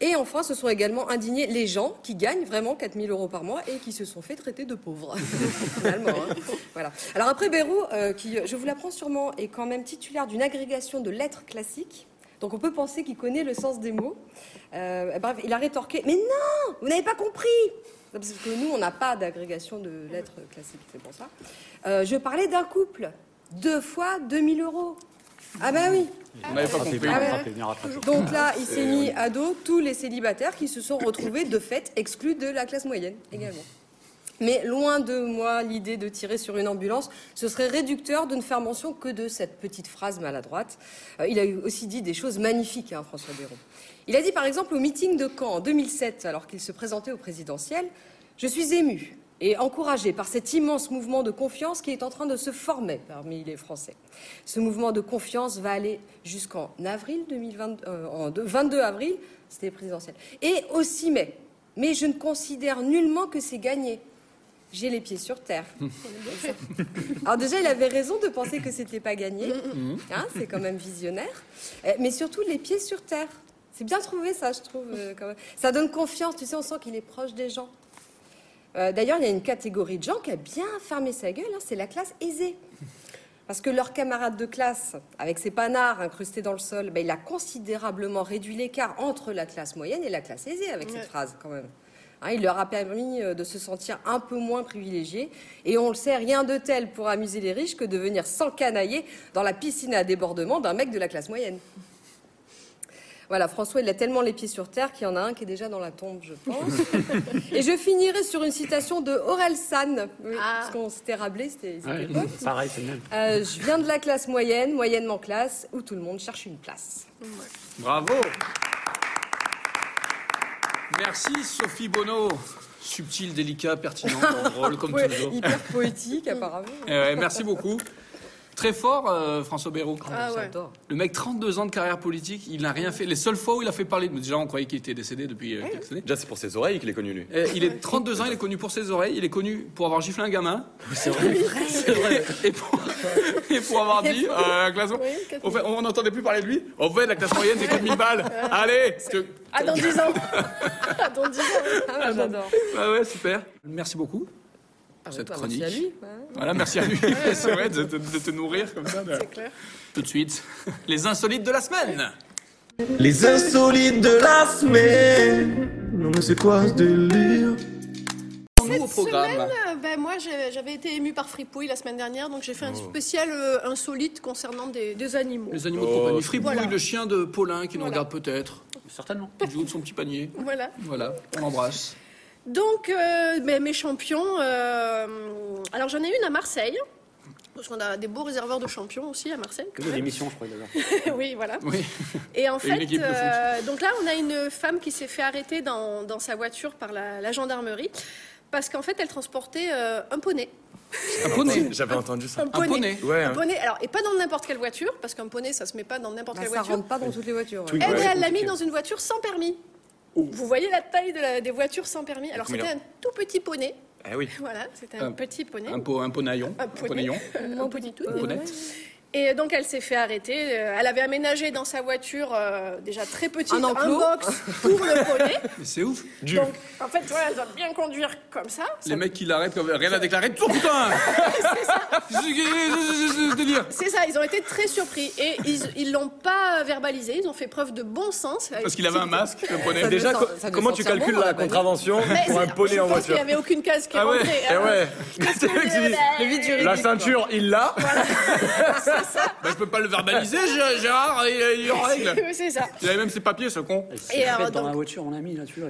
S2: Et enfin, se sont également indignés les gens qui gagnent vraiment 4000 euros par mois et qui se sont fait traiter de pauvres. Finalement, hein. voilà. Alors après, Bérou, euh, qui, je vous l'apprends sûrement, est quand même titulaire d'une agrégation de lettres classiques. Donc on peut penser qu'il connaît le sens des mots. Euh, bref, il a rétorqué « Mais non Vous n'avez pas compris !» Parce que nous, on n'a pas d'agrégation de lettres classiques, c'est pour ça. Euh, je parlais d'un couple. Deux fois 2000 euros. Ah ben oui
S4: On n'avait pas compris.
S2: Ah ouais. Donc là, il s'est mis à dos tous les célibataires qui se sont retrouvés de fait exclus de la classe moyenne également. Mais loin de moi l'idée de tirer sur une ambulance, ce serait réducteur de ne faire mention que de cette petite phrase maladroite. Euh, il a eu aussi dit des choses magnifiques, hein, François Béraud. Il a dit par exemple au meeting de Caen en 2007, alors qu'il se présentait au présidentiel, Je suis ému et encouragé par cet immense mouvement de confiance qui est en train de se former parmi les Français. Ce mouvement de confiance va aller jusqu'en avril 2020, euh, en deux- 22 avril, c'était présidentiel, et au 6 mai. Mais je ne considère nullement que c'est gagné. J'ai les pieds sur terre. Alors déjà, il avait raison de penser que c'était pas gagné. Hein, c'est quand même visionnaire. Euh, Mais surtout, les pieds sur terre. C'est bien trouvé, ça, je trouve. euh, quand même. Ça donne confiance. Tu sais, on sent qu'il est proche des gens. Euh, D'ailleurs, il y a une catégorie de gens qui a bien fermé sa gueule. hein, c'est la classe aisée. Parce que leur camarade de classe, avec ses panards incrustés dans le sol, ben, il a considérablement réduit l'écart entre la classe moyenne et la classe aisée avec cette phrase, quand même. Hein, il leur a permis euh, de se sentir un peu moins privilégiés. Et on le sait, rien de tel pour amuser les riches que de venir s'encanailler dans la piscine à débordement d'un mec de la classe moyenne. Voilà, François, il a tellement les pieds sur terre qu'il y en a un qui est déjà dans la tombe, je pense. Et je finirai sur une citation de Aurel San, oui,
S1: Ah.
S2: parce qu'on s'était rappelé, c'était c'était
S6: Ouais.
S2: potes.
S6: Pareil, c'est le même.
S2: Euh, je viens de la classe moyenne, moyennement classe, où tout le monde cherche une place.
S4: Bravo Merci Sophie Bonneau. Subtil, délicat, pertinent, drôle comme
S2: Ouais,
S4: toujours.
S2: hyper poétique, apparemment.
S4: Eh ouais, merci beaucoup. Très fort, euh, François Bayrou.
S1: Ah ouais.
S2: J'adore.
S4: Le mec, 32 ans de carrière politique, il n'a rien fait. Les seules fois où il a fait parler, mais déjà on croyait qu'il était décédé depuis euh,
S1: Eh,
S4: quelques années.
S3: Déjà, c'est pour ses oreilles qu'il est connu, lui.
S4: Euh, il est 32 ans, il est connu pour ses oreilles, il est connu pour avoir giflé un gamin. C'est vrai. Et pour, et pour avoir dit à la classe. Au fait, on n'entendait plus parler de lui. Au fait, la classe moyenne, c'est 4000 balles. Allez que-
S1: Ah, dans 10 ans Ah, dans 10 ans
S2: Ah, j'adore.
S4: Ah ouais, super. Merci beaucoup.
S2: Ah,
S4: Cette
S2: bah, merci
S4: chronique.
S2: à lui, ouais.
S4: Voilà, merci à lui, c'est vrai, de, te- de te nourrir comme ça. de-
S1: C'est clair.
S4: Tout de suite, les insolites de la semaine.
S7: Les insolites de la semaine. Non, mais c'est quoi ce délire?
S4: Nous au programme.
S1: Euh, ben, moi, j'ai- j'avais été émue par Fripouille la semaine dernière, donc j'ai fait un spécial euh, insolite concernant des, des animaux.
S4: Oh. Les animaux de compagnie. Fripouille,
S1: Voilà.
S4: le chien de Paulin qui nous
S1: Voilà.
S4: regarde peut-être.
S6: Certainement.
S4: Il joue de son petit panier.
S1: Voilà.
S4: Voilà, on l'embrasse.
S1: Donc, euh, mes, mes champions. euh, alors, j'en ai une à Marseille. Parce qu'on a des beaux réservoirs de champions aussi à Marseille.
S6: Que des émissions, je crois, d'ailleurs.
S1: oui, voilà.
S4: Oui.
S1: Et en
S4: Et une
S1: fait,
S4: équipe de foot.
S1: euh, donc là, on a une femme qui s'est fait arrêter dans, dans sa voiture par la, la gendarmerie parce qu'en fait, elle transportait euh, un poney.
S4: Un poney.
S3: J'avais entendu ça.
S1: Un poney.
S4: poney.
S3: Ouais,
S1: Un
S3: hein.
S1: poney. Alors, et pas dans n'importe quelle voiture, parce qu'un poney, ça se met pas dans n'importe
S2: Bah,
S1: quelle
S2: ça
S1: voiture.
S2: rentre pas dans toutes les voitures. ouais.
S1: Eh bien,
S3: Ouais,
S1: elle l'a mis dans une voiture sans permis.
S4: Oh.
S1: Vous voyez la taille de la- des voitures sans permis. Alors,
S3: Combien
S1: c'était un tout petit poney.
S3: Eh oui.
S1: Voilà, c'était
S4: Un-
S1: un petit poney.
S4: Un, po, un ponaillon.
S1: Un poney.
S4: ponaillon.
S1: Un poney tout.
S4: Un poney.
S1: Et donc elle s'est fait arrêter. Euh, Elle avait aménagé dans sa voiture euh, déjà très petite
S2: Un
S1: un,
S2: enclos.
S1: box pour le poney.
S4: Mais c'est ouf.
S1: donc en fait, voilà, elle doit bien conduire comme ça.
S4: Les mecs qui l'arrêtent comme rien à déclarer. Tout putain C'est ce délire.
S1: C'est ça, ils ont été très surpris et ils ils l'ont pas verbalisé. Ils ont fait preuve de bon sens.
S4: Parce qu'il avait un masque, le poney.
S2: Ça devait
S3: Déjà,
S2: sen-
S3: co-
S2: ça devait
S3: comment tu
S2: sentir bon
S3: calcules
S2: dans la
S3: la
S2: bagnole.
S3: contravention
S1: Mais
S3: pour un
S1: c'est-
S3: poney
S1: je pense
S3: en
S1: qu'il
S3: voiture
S1: n'y avait aucune case qui hein. est
S3: Ah ouais,
S1: rentrée.
S3: eh
S1: Alors,
S3: ouais.
S1: qu'est-ce qu'on
S3: Le mec,
S1: dit
S3: il dit,
S2: Le vide juridique.
S3: La ceinture, il l'a.
S4: Bah, je peux pas le verbaliser, Gé- Gérard, il, il est en règle.
S3: eh
S1: Oui, C'est ça.
S4: Il avait même ses papiers, ce con.
S6: Elle
S1: Et
S6: s'est
S1: alors,
S6: faite dans
S1: donc-
S6: la voiture, on l'a mis, là, tu vois.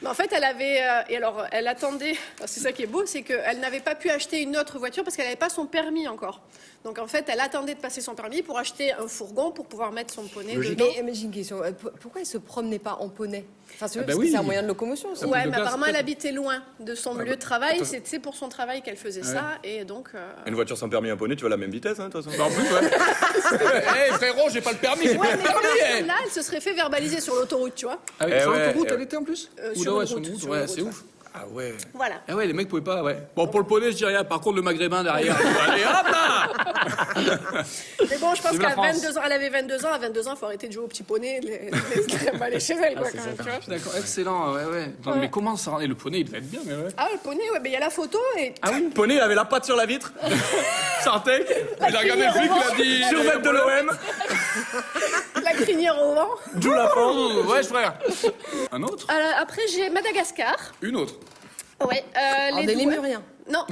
S1: Mais en fait, elle avait. euh, et alors, elle attendait. C'est ça qui est beau, c'est qu'elle n'avait pas pu acheter une autre voiture parce qu'elle n'avait pas son permis encore. Donc, en fait, elle attendait de passer son permis pour acheter un fourgon pour pouvoir mettre son poney dedans.
S2: Mais, mais j'ai une question. Euh, pour- Pourquoi il se promenait pas en poney Enfin, c'est vrai,
S4: Ah bah
S2: parce que
S4: oui.
S2: c'est un moyen de locomotion. ça.
S4: Ça-
S1: Ouais,
S4: de
S1: mais
S4: place,
S1: apparemment, elle
S4: peut-être.
S1: habitait loin de son
S4: Ah
S1: lieu de travail. C'est c'est pour son travail qu'elle faisait ça. Et donc, euh,
S3: Une voiture sans permis, un poney, tu vas à la même vitesse, hein, de toute façon.
S4: Bah, en plus, ouais. Hé, Eh, frérot, j'ai pas le permis, j'ai pas
S1: Ouais,
S4: le
S1: mais
S4: permis. Eh.
S1: là, elle se serait fait verbaliser sur l'autoroute, tu vois.
S4: Ah oui,
S3: Eh
S4: sur
S3: ouais,
S4: l'autoroute,
S3: eh
S4: elle était en plus
S1: Euh,
S4: Ou
S1: sur
S4: là,
S1: une
S4: ouais,
S1: route,
S4: une route,
S1: sur
S4: ouais,
S1: une
S4: c'est
S1: route,
S4: ouf.
S3: Ah ouais.
S1: Voilà.
S4: Ah ouais, les mecs pouvaient pas, ouais. Bon, pour le poney, je dis rien. Par contre, le maghrébin derrière, allez, hop là
S1: Mais bon, je pense
S4: C'est la
S1: qu'à
S4: France.
S1: 22 ans, elle avait 22 ans. À 22 ans, il faut arrêter de jouer au petit poney. les-
S4: Ah,
S1: les- Elle aller chez elle, quoi, quand même, tu vois.
S4: Je suis D'accord, excellent, ouais, ouais. Non, Mais comment ça rendait le poney Il devait être bien, mais ouais.
S1: Ah, le poney, ouais, mais il y a la photo et.
S3: Ah oui Poney, il avait la patte sur la vitre. Sortait. Il a regardé le flic, il a dit survêt de l'OM,
S1: La crinière au vent.
S3: d'où la forme.
S4: Oh, ouais, frère Un autre
S1: Alors, après, j'ai Madagascar.
S4: Ah. Une autre.
S1: Ouais. Euh,
S2: Alors,
S1: les
S2: Ah, des
S1: doués.
S2: lémuriens.
S1: Non,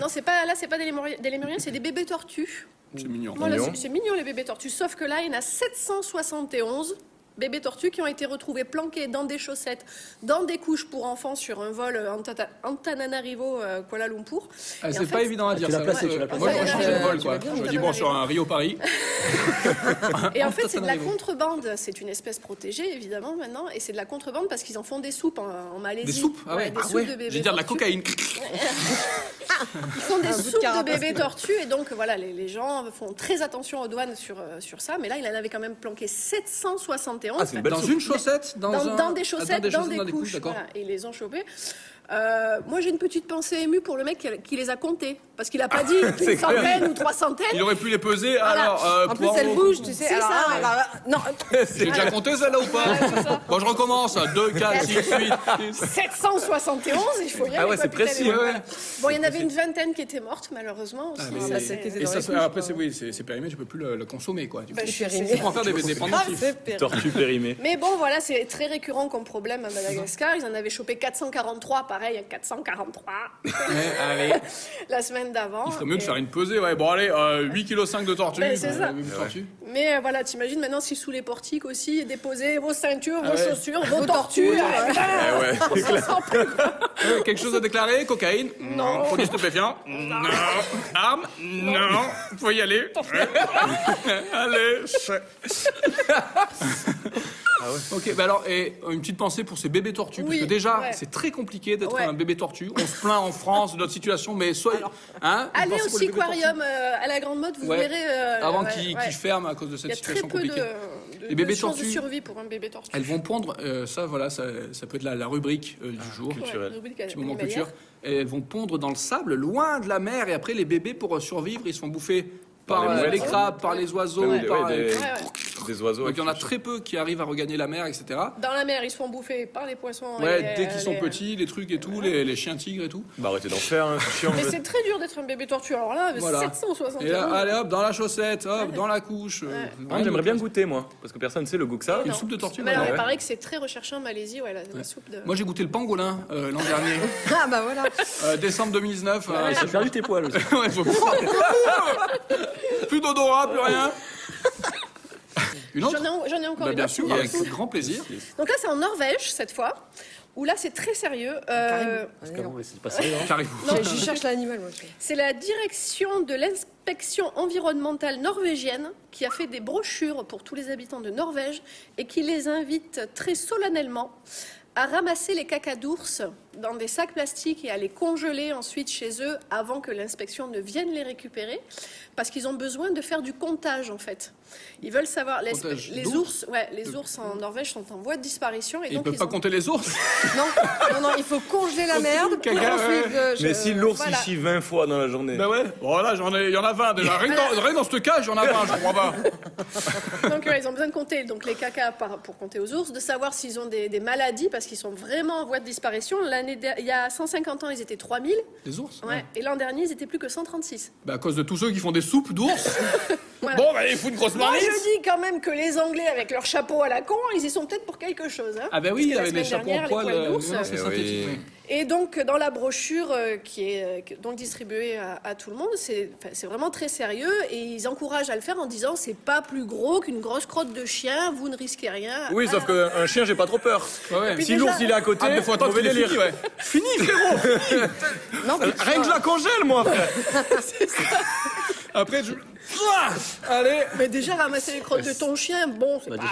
S1: non, c'est pas là, c'est pas des lémuriens, des lémuriens, c'est des bébés tortues.
S4: C'est mignon.
S1: Voilà, c'est- c'est mignon les bébés tortues. Sauf que là, il y en a 771 bébés tortues qui ont été retrouvés planqués dans des chaussettes, dans des couches pour enfants sur un vol euh, Antata- Antananarivo euh, Kuala Lumpur.
S4: Ah,
S1: Et en
S4: c'est
S1: fait,
S4: pas évident à dire
S6: l'as
S4: ça.
S6: placé,
S4: Euh,
S6: tu l'as
S4: Moi,
S1: placé.
S4: j'aurais changé de
S1: Euh,
S4: vol,
S1: tu
S4: quoi.
S1: l'as bien,
S4: Je me
S1: t'as
S4: dis,
S1: pas
S4: bon,
S1: mal.
S4: sur un Rio-Paris.
S1: Et en fait, c'est de la
S4: Ah, Antananarivo.
S1: contrebande. C'est une espèce protégée, évidemment, maintenant. Et c'est de la contrebande parce qu'ils en font des soupes en, en Malaisie.
S4: Des soupes Ah ouais,
S1: des
S4: ah
S1: soupes
S4: ouais.
S1: de bébés
S4: J'ai dire de la
S1: tortues.
S4: cocaïne.
S1: Ils font des
S2: Un bout de
S1: soupes de,
S2: carapace.
S1: bébés tortues. Et donc, voilà, les, les gens font très attention aux douanes sur, euh, sur ça. Mais là, il en avait quand même planqué 771.
S3: Ah, c'est une belle
S4: Dans
S3: soupe.
S4: une chaussette Dans,
S1: dans,
S4: un-
S1: dans des chaussettes, dans des, couches.
S4: d'accord.
S1: voilà. et ils les ont chopés. Euh, moi, j'ai une petite pensée émue pour le mec qui, qui les a comptés. Parce qu'il n'a pas dit une centaine ou trois centaines.
S4: Il aurait pu les peser,
S1: Voilà.
S4: alors. euh,
S2: En plus,
S4: poireau.
S2: elle bouge, tu sais.
S1: C'est
S2: alors,
S1: ça,
S2: ah,
S1: ouais.
S2: bah, bah, non,
S4: J'ai déjà compté celle-là ou pas Bon, je recommence. 2, 4, 6, 8.
S1: 771, il faut y aller.
S3: Ah ouais,
S1: quoi,
S3: c'est
S1: putain,
S3: précis,
S1: les-
S3: ouais, ouais.
S1: Bon, il y en avait une vingtaine qui étaient mortes, malheureusement. aussi.
S4: mais
S1: Ça,
S4: c'est-
S1: c'est-
S2: c'est-
S4: Et
S2: dans
S4: ça,
S2: les
S4: c'est-
S2: couches,
S4: ah, après,
S2: quoi.
S4: c'est oui, c'est c'est périmé, tu peux plus le, le consommer, quoi. Du coup,
S1: Bah, je suis
S2: Périmé.
S1: c'est-
S4: on va faire des, des
S2: Ah,
S4: pendentifs.
S2: c'est pire.
S3: Tortue périmée.
S1: Mais bon, voilà, c'est très récurrent comme problème à Madagascar. Ils en avaient chopé 443, pareil, 443
S4: Ouais, allez.
S1: la semaine d'avant.
S4: Il ferait mieux de
S1: Et-
S4: faire une pesée, ouais. Bon, allez, euh, 8,5 kg de tortue.
S1: Ben, c'est ça.
S4: Euh, une tortue.
S1: Mais euh, voilà, t'imagines maintenant si sous les portiques aussi, déposer vos ceintures, vos
S4: Ah ouais.
S1: chaussures, vos tortues. hein.
S3: Eh ouais.
S4: Euh, quelque chose à déclarer Cocaïne Non.
S1: Oh.
S4: Produit stupéfiant Non. Arme Non. Faut y aller. allez. chut. Ok, bah alors, et euh, une petite pensée pour ces bébés tortues,
S1: Oui,
S4: parce que déjà,
S1: ouais.
S4: c'est très compliqué d'être
S1: Ouais.
S4: un bébé tortue. On se plaint en France de notre situation, mais soyez. Hein, une
S1: Allez
S4: pensée
S1: au
S4: pour les bébés
S1: aquarium à la Grande Mode, vous
S4: Ouais.
S1: verrez. euh,
S4: tortues, Avant
S1: ouais,
S4: qu'ils
S1: ouais.
S4: qu'ils ferment à cause de
S1: Il y
S4: cette
S1: a très
S4: situation
S1: peu de,
S4: compliquée.
S1: de,
S4: Les bébés
S1: de chances de
S4: tortues-
S1: survie pour un bébé tortue.
S4: Elles vont prendre, euh, ça voilà, ça, ça peut être la, la rubrique euh, du
S3: Ah,
S4: jour.
S1: Ouais,
S3: culturelles.
S1: on oublie
S4: Petit
S1: qu'elle-
S4: moment
S1: elle est
S4: culture. Et elles vont pondre dans le sable, loin de la mer, et après les bébés, pour euh, survivre, ils sont bouffés par,
S3: Par les
S4: euh, les,
S3: mouettes.
S4: crabes, par les oiseaux,
S3: Ouais,
S4: par,
S3: ouais,
S4: euh,
S3: des-
S1: malière. Ouais, ouais.
S3: Des oiseaux.
S4: Donc il y en a
S3: qui-
S4: très peu qui arrivent à regagner la mer, etc.
S1: Dans la mer, ils se font bouffer par les poissons.
S4: Ouais,
S1: et les-
S4: dès qu'ils sont
S1: euh, les-
S4: petits, les trucs et tout, les, les chiens tigres et tout.
S3: Bah arrêtez d'en faire, hein, c'est chiant.
S1: Mais c'est très dur d'être un bébé tortue. Alors là,
S4: Voilà.
S1: 760
S4: Et là, allez hop, dans la chaussette, hop, dans la couche. euh,
S3: Ah,
S4: vraiment,
S3: J'aimerais bien goûter, moi, parce que personne ne sait le goût que ça.
S4: Une soupe de tortue,
S1: Mais alors,
S4: voilà.
S1: il paraît que c'est très recherché en Malaisie, ouais, la, la soupe de.
S4: Moi j'ai goûté le pangolin euh, l'an dernier,
S2: Ah, bah voilà.
S4: Euh, décembre 2019. euh,
S6: J'ai perdu tes poils aussi.
S4: Ouais, faut- plus d'odorat, plus rien. Une autre
S1: J'en ai, en- j'en ai encore
S4: Bah,
S1: une
S4: Bien
S1: autre.
S4: sûr, avec grand plaisir.
S1: Donc là, c'est en Norvège cette fois, où là, c'est très sérieux. Euh,
S6: Carrément, c'est pas sérieux, hein.
S4: J'arrive.
S2: Je, je cherche l'animal, moi. je-
S1: c'est la direction de l'inspection environnementale norvégienne qui a fait des brochures pour tous les habitants de Norvège et qui les invite très solennellement à ramasser les cacas d'ours dans des sacs plastiques et à les congeler ensuite chez eux avant que l'inspection ne vienne les récupérer parce qu'ils ont besoin de faire du comptage en fait. Ils veulent savoir les,
S4: Comptage
S1: les
S4: d'ours
S1: ours, ouais, les ours en Norvège sont en voie de disparition et
S4: Ils ne
S1: donc
S4: peuvent
S1: ils
S4: pas
S1: ont-
S4: compter les ours.
S2: Non, non, non, il faut congeler la merde pour
S4: Caca,
S2: ensuite. euh, je-
S3: Mais si l'ours il
S1: voilà.
S3: chie 20 fois dans la journée.
S4: Ben ouais. Voilà, j'en ai, il y en a 20 déjà. Rien que dans, rien que dans ce cage, il y en a 20, je crois pas.
S1: Donc euh, ils ont besoin de compter donc les cacas par- pour compter aux ours, de savoir s'ils ont des, des maladies parce qu'ils sont vraiment en voie de disparition. L'année der- il y a 150 ans ils étaient 3000
S4: Les ours
S1: ouais, et l'an dernier ils étaient plus que 136.
S4: Bah, à cause de tous ceux qui font des soupes d'ours. Bon, bah, il faut une grosse
S1: Moi
S4: marine.
S1: je dis quand même que les Anglais avec leur chapeau à la con ils y sont peut-être pour quelque chose. hein.
S4: Ah, bah
S1: Parce
S4: oui,
S1: que la
S4: avec les
S1: semaine
S4: chapeaux en
S1: dernière,
S4: poil.
S1: les poils
S4: euh,
S1: d'ours,
S4: non, non, c'est
S3: Eh
S4: synthétique.
S3: oui.
S4: oui.
S1: Et donc, dans la brochure euh, qui est euh, qui- donc distribuée à, à tout le monde, c'est enfin, c'est vraiment très sérieux et ils encouragent à le faire en disant c'est pas plus gros qu'une grosse crotte de chien, vous ne risquez rien.
S3: Oui, sauf qu'un chien, j'ai pas trop peur.
S4: Ouais, ouais.
S1: puis
S3: Si
S1: déjà-
S3: l'ours il est à côté,
S4: Ah, mais faut attendre
S3: mauvais
S4: qu'il ait
S3: délire.
S4: fini,
S3: Fini,
S4: ouais.
S3: frérot
S2: Non, mais tu
S4: Euh,
S3: Rien que je
S2: vois,
S3: la congèle, moi, frère
S4: Après, je- Ah Allez,
S1: Mais déjà, ramasser les crottes de ton chien, bon, c'est
S6: Bah,
S1: pas...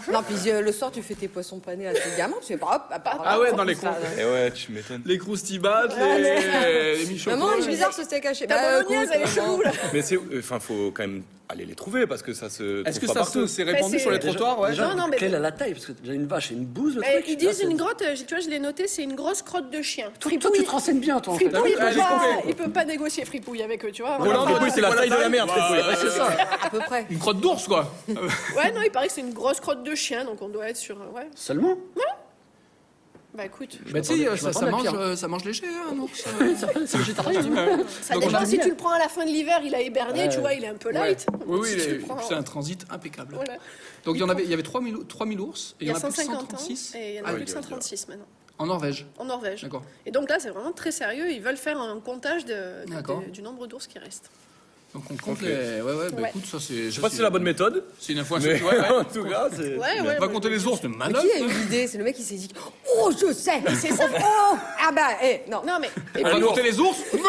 S6: déjà,
S2: Non, puis euh, le soir, tu fais tes poissons panés à tes gamins, tu fais pas hop, hop, hop,
S4: Ah ouais,
S2: hop,
S4: dans les
S2: ça, euh.
S4: cons.
S2: ouais.
S3: Et Eh ouais, tu m'étonnes.
S4: les croustibates, les, les michons.
S2: Maman, il est bizarre ce steak haché.
S1: Ta
S2: euh,
S1: bolognaise,
S2: écoute,
S4: Bah,
S1: elle est chez vous, là.
S3: Mais c'est. Enfin, faut quand même aller les trouver parce que ça se.
S4: Est-ce
S3: trouve
S4: que
S3: pas
S4: ça
S3: partout.
S4: se s'est répandu
S1: Mais
S4: sur les
S1: c'est-
S4: trottoirs ouais.
S1: Non, non, mais-
S6: Quelle est la taille Parce que déjà une vache et une bouse,
S4: bah,
S6: le
S1: Mais
S6: truc.
S1: ils
S6: Là,
S1: disent
S6: c'est-
S1: une grotte, euh, j'ai- tu vois, je l'ai noté, c'est une grosse crotte de chien.
S6: Toi, toi, tu te renseignes bien, toi, en fait.
S1: Fripouille, il
S4: Ah,
S1: peut,
S4: j'ai
S1: pas,
S4: compris.
S1: il peut pas négocier fripouille avec eux, tu vois.
S3: Roland,
S1: Voilà.
S3: Fripouille, c'est la taille de la merde. Fripouille.
S6: C'est ça.
S2: À peu près.
S4: Une crotte d'ours, quoi.
S1: Ouais, non, il paraît que c'est une grosse crotte de chien, donc on doit être sur... euh, Ouais,
S6: hein. Seulement
S1: bah écoute,
S4: Bah, tu
S6: m'attendais-
S4: sais,
S6: je
S4: ça, ça
S6: m'attendais à
S4: mange,
S6: pire.
S4: euh, ça mange léger, hein, un ours.
S6: C'est végétarien.
S1: ça
S4: Donc,
S1: dépend.
S4: on a-
S1: Si tu le prends à la fin de l'hiver, il a héberné,
S6: Ouais.
S1: tu vois, il est un peu
S4: Ouais.
S1: light.
S4: Oui, oui,
S1: Si
S4: il
S1: tu
S4: est-
S1: le prends-
S4: c'est un transit impeccable.
S1: Voilà.
S4: Donc il y en avait, il y avait 3000, ou- 3000 ours et
S1: Il y a
S4: en a plus de
S1: 150 ans,
S4: 136
S1: et il y en
S4: Ah
S1: a
S4: oui,
S1: plus de
S3: il y a- il y a-
S1: 136 maintenant,
S4: en Norvège.
S1: en Norvège.
S4: D'accord.
S1: Et donc là, c'est vraiment très sérieux. Ils veulent faire un comptage de- de-
S4: D'accord.
S1: de- du nombre d'ours qui restent.
S4: Donc on compte les. Ouais, ouais, bah
S1: Ouais.
S4: écoute, ça c'est.
S3: Je sais pas si c'est la bonne méthode,
S4: C'est une info à
S3: mais
S4: suivre, ouais, ouais.
S3: en tout cas, c'est.
S1: Ouais, ouais.
S4: On va
S1: ouais.
S4: compter les ours, le
S2: Mais
S4: malade.
S2: qui a eu l'idée C'est le mec qui s'est dit Oh, je sais C'est ça Oh Ah bah, eh, non.
S1: Non, mais,
S4: On va compter les ours Non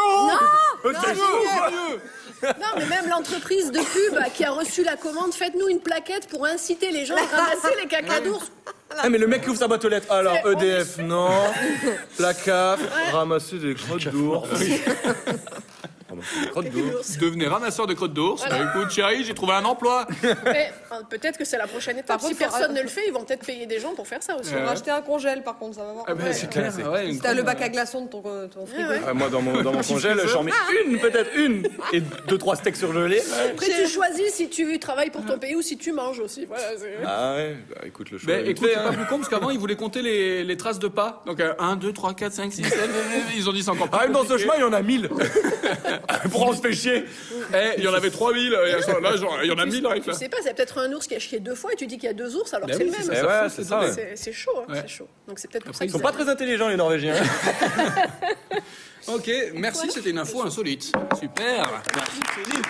S1: non, non, mais même l'entreprise de pub qui a reçu la commande, faites-nous une plaquette pour inciter les gens à ramasser les cacas d'ours.
S3: Ah, mais le mec qui ouvre sa boîte aux lettres. Alors,
S1: C'est-
S3: EDF, non. La CAF, ramasser des crottes d'ours. Ramasser des crottes d'ours.
S4: Devenez ramasseur de crottes d'ours. Bah, écoute, chérie, j'ai trouvé un emploi.
S1: Mais hein, peut-être que c'est la prochaine étape.
S2: Par
S1: Si
S2: contre, faut-
S1: personne ne le fait, ils vont peut-être payer des gens pour faire ça aussi.
S2: On va
S4: Ouais.
S2: acheter un congèle, par contre, ça va voir.
S4: Euh. Ah, bah,
S2: Ouais.
S4: c'est clair.
S3: Ouais,
S4: ouais, une
S2: Si T'as le
S4: crotte,
S2: bac
S4: euh,
S2: à glaçons de ton, euh, ton frigo.
S1: Ouais, ouais.
S3: Ah, moi, dans mon, dans mon congèle, j'en mets une, peut-être une, et deux, trois steaks surgelés.
S1: Après, tu choisis si tu travailles pour ton pays ou si tu manges aussi. Voilà, c'est-
S3: Ah ouais, bah, écoute, le choix.
S4: Mais
S3: est
S4: écoute,
S3: fait,
S4: c'est
S3: hein.
S4: pas plus con parce qu'avant ils voulaient compter les, les traces de pas. Donc euh, 1, 2, 3, 4, 5, 6, 7. Ils ont dit c'est encore plus.
S3: Ah, même dans ce
S4: compliqué.
S3: chemin, il y en a mille. Pour en se fait chier.
S4: Eh, il y en avait 3000. euh, et Là, genre, il y en a 1000 avec
S1: Tu
S4: là.
S1: sais pas, c'est peut-être un ours qui a chié deux fois et tu dis qu'il y a deux ours alors que
S4: Bah
S1: c'est
S4: oui,
S1: le
S4: c'est
S1: même.
S3: Eh
S4: Ça
S3: ouais,
S4: fout,
S3: c'est
S4: c'est
S3: ça. ouais.
S1: C'est- C'est chaud, hein,
S4: Ouais.
S1: c'est chaud. Donc c'est peut-être pour ça
S4: Après,
S3: Ils
S1: qu'ils
S3: sont pas très intelligents, les Norvégiens.
S4: Ok, merci, c'était une info insolite. Super. Merci, Céline.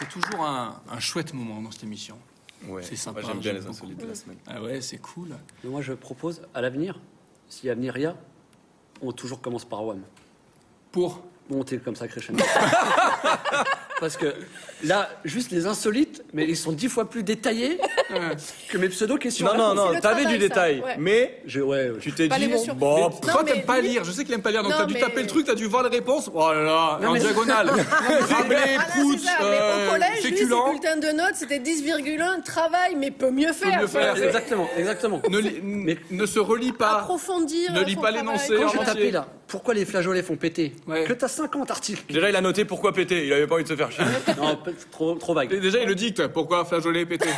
S4: C'est toujours un, un chouette moment dans cette émission.
S3: Ouais,
S4: C'est sympa,
S3: moi, J'aime bien
S4: j'aime
S3: les
S4: beaucoup.
S3: insolites de la semaine.
S4: Ah ouais, c'est cool.
S6: Mais moi, je propose, à l'avenir, si avenir il y a, on toujours commence par WAM.
S4: Pour
S6: Monter comme ça, crescendo. Parce que là, juste les insolites, mais ils sont dix fois plus détaillés
S4: Euh,
S6: que mes pseudo-questions.
S3: Non, non,
S1: le
S3: non, t'avais
S1: travail,
S3: du
S1: ça,
S3: détail,
S1: ouais.
S3: mais
S6: Je, ouais,
S3: tu t'es
S1: Pas les
S3: dit,
S1: mesures.
S3: bon,
S1: Mais-
S4: Toi,
S1: mais
S4: t'aimes pas
S1: lui-
S4: lire. Je sais qu'il aime pas lire, donc
S1: Non,
S4: t'as dû
S1: mais-
S4: taper le truc, t'as dû voir les réponses. Oh là là, en
S6: mais-
S4: diagonale. Rabelais,
S1: Voilà, Ah c'est
S4: Proust,
S1: ça. Mais
S4: euh,
S1: au collège, lui, ses
S4: Féculent.
S1: bulletins de notes, c'était 10,1, travail, mais peut mieux faire.
S4: mieux faire.
S1: Voilà,
S6: Exactement, exactement.
S4: Ne, li- n-
S6: Mais-
S4: ne se relie
S1: c'est
S4: pas.
S1: Approfondir.
S4: Ne lis
S1: son
S4: pas
S1: travail.
S4: l'énoncé, hein,
S6: Quand
S4: en
S6: j'ai
S4: entier.
S6: tapé là, pourquoi les flageolets font péter
S4: Ouais.
S6: Que t'as 50 articles.
S3: déjà, il a noté pourquoi péter. Il avait pas envie de se faire chier.
S6: non, peu- trop, trop
S4: Et
S6: vague.
S4: déjà, il le dicte. Pourquoi flageolet pété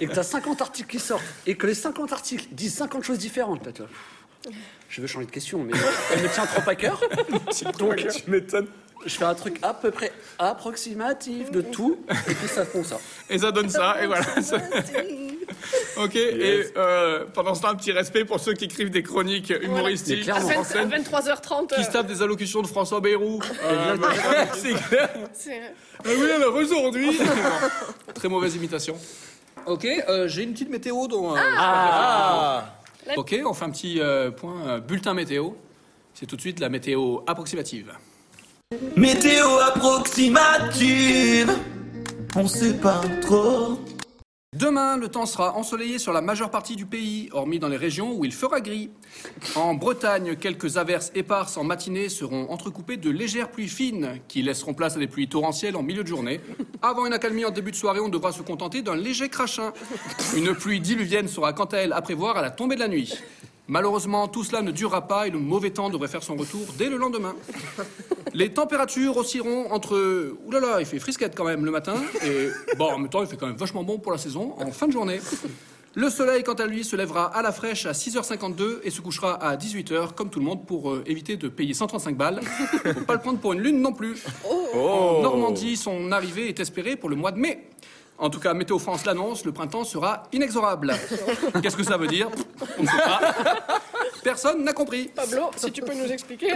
S6: Et que t'as 50 articles qui sortent, et que les 50 articles disent 50 choses différentes. Là, tu vois, pff, Je veux changer de question, mais elle me tient trop à cœur. Donc,
S3: Tu m'étonnes.
S6: je fais un truc à peu près approximatif de tout, et puis ça fond ça.
S4: Et ça donne ça, et voilà. ok, et euh, pendant ce temps, un petit respect pour ceux qui écrivent des chroniques
S6: Mais
S4: humoristiques
S1: Ah, À
S6: clairement.
S4: en scène,
S1: 23h30.
S4: qui se tapent des allocutions de François Bayrou. Euh,
S3: C'est clair.
S1: euh,
S4: Ah oui, alors aujourd'hui Très mauvaise imitation. Ok, euh, j'ai une petite météo dont... euh,
S3: Ah,
S4: Ok, on fait un petit euh, point euh, bulletin météo. C'est tout de suite la météo approximative.
S7: Météo approximative. On sait pas trop.
S4: Demain, le temps sera ensoleillé sur la majeure partie du pays, hormis dans les régions où il fera gris. En Bretagne, quelques averses éparses en matinée seront entrecoupées de légères pluies fines qui laisseront place à des pluies torrentielles en milieu de journée. Avant une accalmie en début de soirée, on devra se contenter d'un léger crachin. Une pluie diluvienne sera quant à elle à prévoir à la tombée de la nuit. Malheureusement, tout cela ne durera pas et le mauvais temps devrait faire son retour dès le lendemain. Les températures oscilleront entre. Ouh là là, il fait frisquette quand même le matin. Et bon, en même temps, il fait quand même vachement bon pour la saison en fin de journée. Le soleil, quant à lui, se lèvera à la fraîche à 6h52 et se couchera à 18h, comme tout le monde, pour euh, éviter de payer 135 balles. Faut pas le prendre pour une lune non plus. En Normandie, son arrivée est espérée pour le mois de mai. En tout cas, Météo France l'annonce, le printemps sera inexorable. Qu'est-ce que ça veut dire On ne sait pas. Personne n'a compris.
S1: Pablo, si tu peux
S2: Oh,
S1: nous expliquer.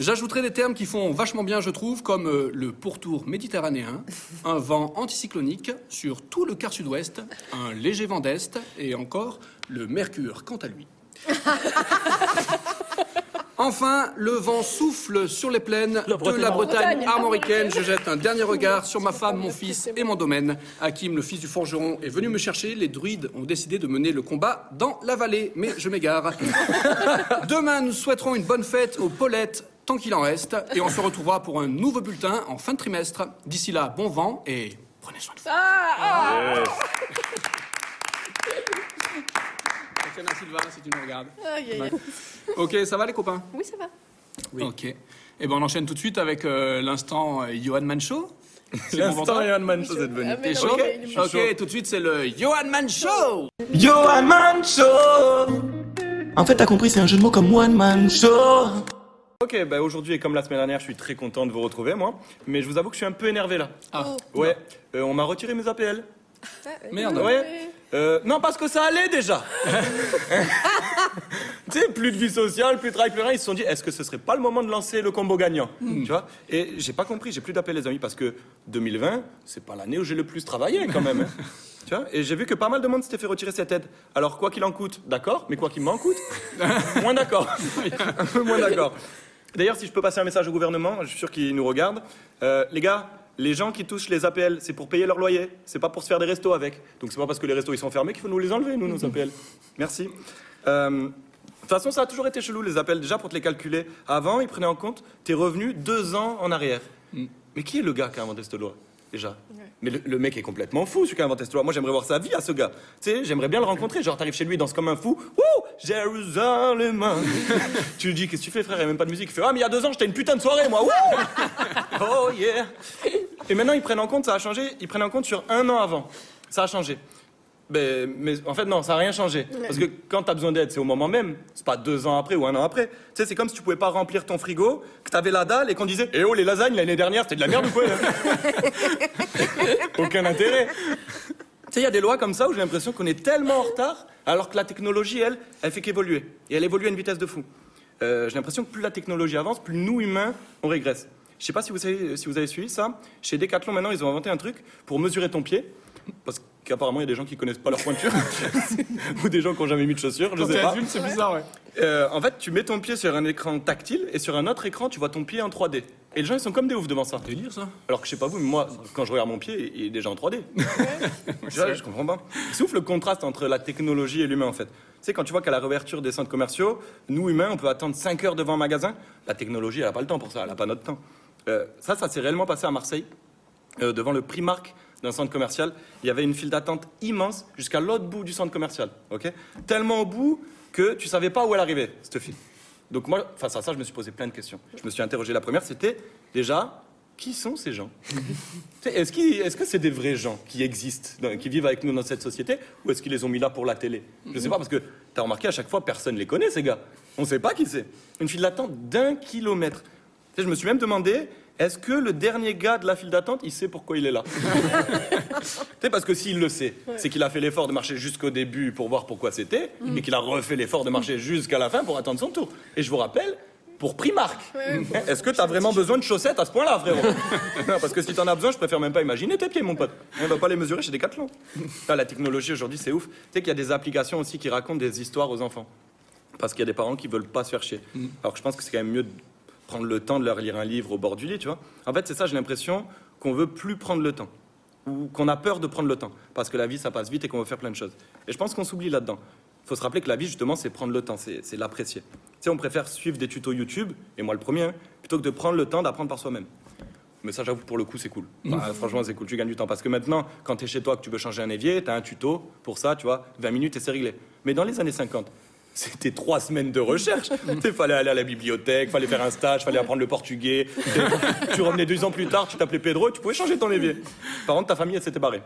S4: J'ajouterai des termes qui font vachement bien, je trouve, comme euh, le pourtour méditerranéen, un vent anticyclonique sur tout le quart sud-ouest, un léger vent d'est et encore le mercure quant à lui. Enfin, le vent souffle sur les plaines de la Bretagne armoricaine. Je jette un dernier regard sur ma femme, mon fils et mon domaine. Hakim, le fils du forgeron, est venu me chercher. Les druides ont décidé de mener le combat dans la vallée, mais je m'égare. Demain, nous souhaiterons une bonne fête aux Paulettes, tant qu'il en reste, et on se retrouvera pour un nouveau bulletin en fin de trimestre. D'ici là, bon vent et prenez soin de vous. Tatiana Silva, si tu nous regardes.
S1: Aïe,
S4: Bah,
S1: aïe, aïe.
S4: Ok, ça va les copains
S1: Oui, ça va.
S4: Ok. Et ben on enchaîne tout de suite avec euh, l'instant euh, Johan Mancho. C'est bon pour
S3: L'instant
S4: toi
S3: Iron Man, chose est devenu.
S1: Ah, mais
S4: T'es
S1: non,
S4: chaud
S1: mais il est
S4: Ok, tout de suite c'est le Johan Mancho.
S7: Yo, one man show En fait, t'as compris, c'est un jeu de mots comme one man show
S3: Ok, bah aujourd'hui et comme la semaine dernière, je suis très content de vous retrouver, moi. Mais je vous avoue que je suis un peu énervé là.
S4: Ah.
S3: Ouais, euh, on m'a retiré mes APL.
S4: Merde.
S3: Ouais. Euh, non, parce que ça allait déjà. tu sais, plus de vie sociale, plus de travail, plus rien. Ils se sont dit, est-ce que ce serait pas le moment de lancer le combo gagnant Tu vois Et j'ai pas compris, j'ai plus d'appel les amis parce que 2020, c'est pas l'année où j'ai le plus travaillé quand même. hein. tu vois Et j'ai vu que pas mal de monde s'était fait retirer cette aide. Alors quoi qu'il en coûte, d'accord, mais quoi qu'il m'en coûte, moins d'accord. Un peu moins d'accord. D'ailleurs, si je peux passer un message au gouvernement, je suis sûr qu'il nous regarde. Euh, les gars, les gens qui touchent les APL, c'est pour payer leur loyer, c'est pas pour se faire des restos avec. Donc c'est pas parce que les restos ils sont fermés qu'il faut nous les enlever, nous, nos APL. Merci. Euh, de toute façon, ça a toujours été chelou, les appels. Déjà, pour te les calculer, avant, ils prenaient en compte tes revenus deux ans en arrière. Mais qui est le gars qui a inventé cette loi, déjà Mais le, le mec est complètement fou, celui qui a inventé cette loi. Moi, j'aimerais voir sa vie à ce gars. Tu sais, j'aimerais bien le rencontrer. Genre, t'arrives chez lui, il danse comme un fou. Wouh Jérusalem Tu lui dis, qu'est-ce que tu fais, frère Il y a même pas de musique. Il fait, ah, mais il y a deux ans, j'étais une putain de soirée, moi. Wouh Oh yeah Et maintenant, ils prennent en compte, ça a changé, ils prennent en compte sur un an avant. Ça a changé. Mais, mais en fait, non, ça n'a rien changé. Parce que quand tu as besoin d'aide, c'est au moment même. C'est pas deux ans après ou un an après. Tu sais, c'est comme si tu pouvais pas remplir ton frigo, que tu avais la dalle et qu'on disait Eh oh, les lasagnes l'année dernière, c'était de la merde ou quoi là Aucun intérêt. Tu sais, il y a des lois comme ça où j'ai l'impression qu'on est tellement en retard, alors que la technologie, elle, elle fait qu'évoluer. Et elle évolue à une vitesse de fou. Euh, j'ai l'impression que plus la technologie avance, plus nous, humains, on régresse. Je sais pas si vous, savez- si vous avez suivi ça. Chez Decathlon, maintenant, ils ont inventé un truc pour mesurer ton pied. Parce qu'apparemment, il y a des gens qui connaissent pas leur pointure. ou des gens qui ont jamais mis de chaussures, je
S4: Quand
S3: sais
S4: t'es
S3: pas.
S4: adulte, c'est bizarre, ouais.
S3: Euh, en fait, tu mets ton pied sur un écran tactile et sur un autre écran, tu vois ton pied en 3D. Et les gens, ils sont comme des oufs devant ça.
S4: Délire ça.
S3: Alors que je sais pas vous, mais moi, quand je regarde mon pied, il est déjà en 3D. Tu vois, je comprends pas. C'est ouf le contraste entre la technologie et l'humain en fait. Tu sais, quand tu vois qu'à la réouverture des centres commerciaux, nous humains, on peut attendre 5 heures devant un magasin, la technologie, elle n'a pas le temps pour ça, elle n'a pas notre temps. Euh, ça, ça s'est réellement passé à Marseille, Euh, devant le Primark d'un centre commercial. Il y avait une file d'attente immense jusqu'à l'autre bout du centre commercial. ok Tellement au bout que tu savais pas où elle arrivait, cette fille. Donc moi, face à ça, je me suis posé plein de questions. Je me suis interrogé. La première, c'était déjà, qui sont ces gens tu sais, Est-ce qu'ils- est-ce que c'est des vrais gens qui existent, dans- qui vivent avec nous dans cette société, ou est-ce qu'ils les ont mis là pour la télé Je sais pas, parce que t'as remarqué, à chaque fois, personne les connaît, ces gars. On sait pas qui c'est. Une file d'attente d'un kilomètre. Tu sais, je me suis même demandé, est-ce que le dernier gars de la file d'attente, il sait pourquoi il est là Tu sais, parce que s'il le sait, c'est qu'il a fait l'effort de marcher jusqu'au début pour voir pourquoi c'était, et qu'il a refait l'effort de marcher jusqu'à la fin pour attendre son tour. Et je vous rappelle, pour Primark, est-ce que t'as vraiment besoin de chaussettes à ce point-là, frérot Non, Parce que si t'en as besoin, je préfère même pas imaginer tes pieds, mon pote. On va pas les mesurer chez Decathlon. Ah, la technologie aujourd'hui, c'est ouf. Tu sais qu'il y a des applications aussi qui racontent des histoires aux enfants parce qu'il y a des parents qui veulent pas se faire chier. Alors que je pense que c'est quand même mieux de prendre le temps de leur lire un livre au bord du lit, tu vois. En fait, c'est ça, j'ai l'impression qu'on veut plus prendre le temps ou qu'on a peur de prendre le temps parce que la vie ça passe vite et qu'on veut faire plein de choses. Et je pense qu'on s'oublie là-dedans. Faut se rappeler que la vie justement c'est prendre le temps, c'est c'est l'apprécier. Tu sais, on préfère suivre des tutos YouTube et moi le premier hein, plutôt que de prendre le temps d'apprendre par soi-même. Mais ça, j'avoue, pour le coup, c'est cool. Enfin, franchement, c'est cool, tu gagnes du temps. Parce que maintenant, quand tu es chez toi, que tu veux changer un évier, tu as un tuto pour ça, tu vois, 20 minutes et c'est réglé. Mais dans les années 50, c'était trois semaines de recherche. Il fallait aller à la bibliothèque, fallait faire un stage, fallait apprendre le portugais. tu revenais deux ans plus tard, tu t'appelais Pedro et tu pouvais changer ton évier. Par contre, ta famille, elle s'était barrée.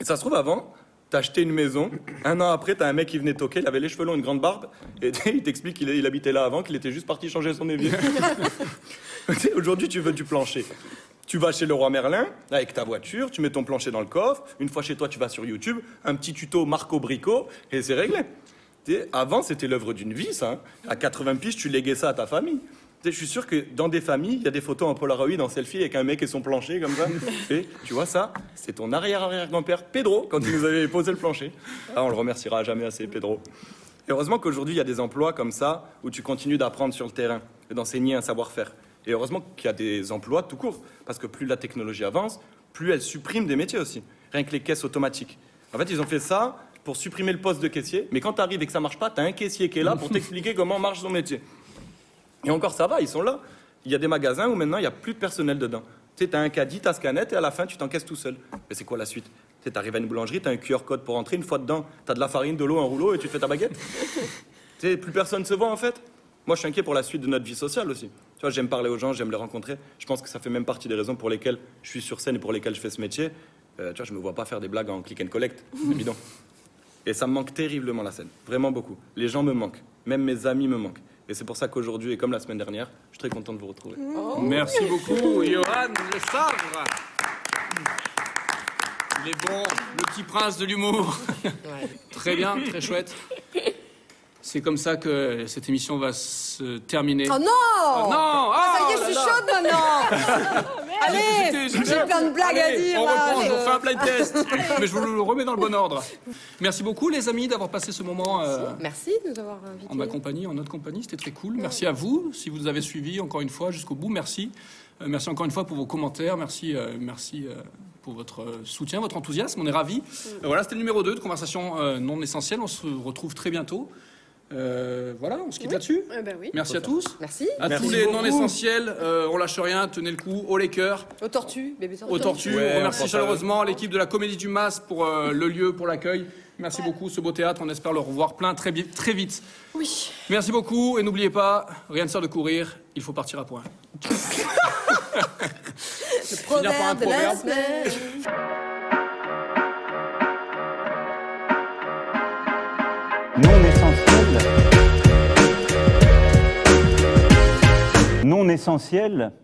S3: Et ça se trouve, avant, t'as acheté une maison, un an après, t'as un mec qui venait toquer, il avait les cheveux longs, une grande barbe, et il t'explique qu'il il habitait là avant, qu'il était juste parti changer son évier. Tu sais, Aujourd'hui, tu veux du plancher. Tu vas chez le roi Merlin avec ta voiture, tu mets ton plancher dans le coffre. Une fois chez toi, tu vas sur YouTube, un petit tuto Marco Brico et c'est réglé. Tu sais, Avant, c'était l'œuvre d'une vie, ça. hein. À 80 piges, tu léguais ça à ta famille. Tu sais, Je suis sûr que dans des familles, il y a des photos en Polaroid, en selfie, avec un mec et son plancher comme ça. Et tu vois ça, c'est ton arrière-arrière-grand-père Pedro quand il nous avait posé le plancher. Ah, on le remerciera jamais assez, Pedro. Et heureusement qu'aujourd'hui, il y a des emplois comme ça où tu continues d'apprendre sur le terrain et d'enseigner un savoir-faire. Et heureusement qu'il y a des emplois tout court, parce que plus la technologie avance, plus elle supprime des métiers aussi. Rien que les caisses automatiques. En fait, ils ont fait ça pour supprimer le poste de caissier, mais quand tu arrives et que ça marche pas, tu as un caissier qui est là pour t'expliquer comment marche son métier. Et encore, ça va, ils sont là. Il y a des magasins où maintenant, il n'y a plus de personnel dedans. Tu sais, t'as un caddie, t'as scanette, et à la fin, tu t'encaisses tout seul. Mais c'est quoi la suite Tu arrives à une boulangerie, t'as un QR code pour entrer, une fois dedans, t'as de la farine, de l'eau, un rouleau, et tu te fais ta baguette. tu sais, plus personne se voit, en fait. Moi, je suis inquiet pour la suite de notre vie sociale aussi. Tu vois, j'aime parler aux gens, j'aime les rencontrer. Je pense que ça fait même partie des raisons pour lesquelles je suis sur scène et pour lesquelles je fais ce métier. Euh, tu vois, je me vois pas faire des blagues en click and collect, c'est bidon. Et ça me manque terriblement la scène, vraiment beaucoup. Les gens me manquent, même mes amis me manquent. Et c'est pour ça qu'aujourd'hui, et comme la semaine dernière, je suis très content de vous retrouver.
S2: Oh,
S4: Merci beaucoup, Johan Le Savre. Il est bon, le petit prince de l'humour. très bien, très chouette. C'est comme ça que cette émission va se terminer.
S2: Oh non
S4: non Ah,
S2: Ça y est, je suis chaude maintenant Allez
S4: J'étais-
S2: J'ai plein de blagues à
S4: Allez,
S2: dire
S4: On
S2: là,
S4: reprend,
S2: je-
S4: je vous fais un blind test. Mais je vous le remets dans le bon ordre. Merci beaucoup, les amis, d'avoir passé ce moment. euh,
S2: Merci de nous avoir invités.
S4: en ma compagnie, en notre compagnie. C'était très cool. Merci à vous. Si vous nous avez suivis encore une fois jusqu'au bout, merci. Euh, merci encore une fois pour vos commentaires. Merci, euh, merci euh, pour votre euh, soutien, votre enthousiasme. On est
S1: Mm.
S4: ravis. Euh, voilà, c'était le numéro 2 de Conversation euh, non essentielle. On se retrouve très bientôt. Euh, voilà, on se quitte là-dessus.
S1: Eh ben oui.
S4: Merci à tous.
S2: Merci.
S4: À
S3: Merci
S4: tous les
S3: beaucoup.
S4: non essentiels. Euh, on lâche rien. Tenez le coup. Au les cœurs
S2: Aux tortues, bébé tortue.
S4: aux tortues.
S3: Ouais, on
S4: on remercie
S3: pense à
S4: chaleureusement l'équipe de la Comédie du Mas pour euh, le lieu, pour l'accueil. Merci beaucoup, ce beau théâtre. On espère le revoir plein très, bi- très vite.
S1: Oui.
S4: Merci beaucoup et n'oubliez pas, rien ne sert de courir, il faut partir à point.
S2: Le proverbe de la
S4: proverbe.
S2: semaine.
S5: Non essentiel. Non essentiel.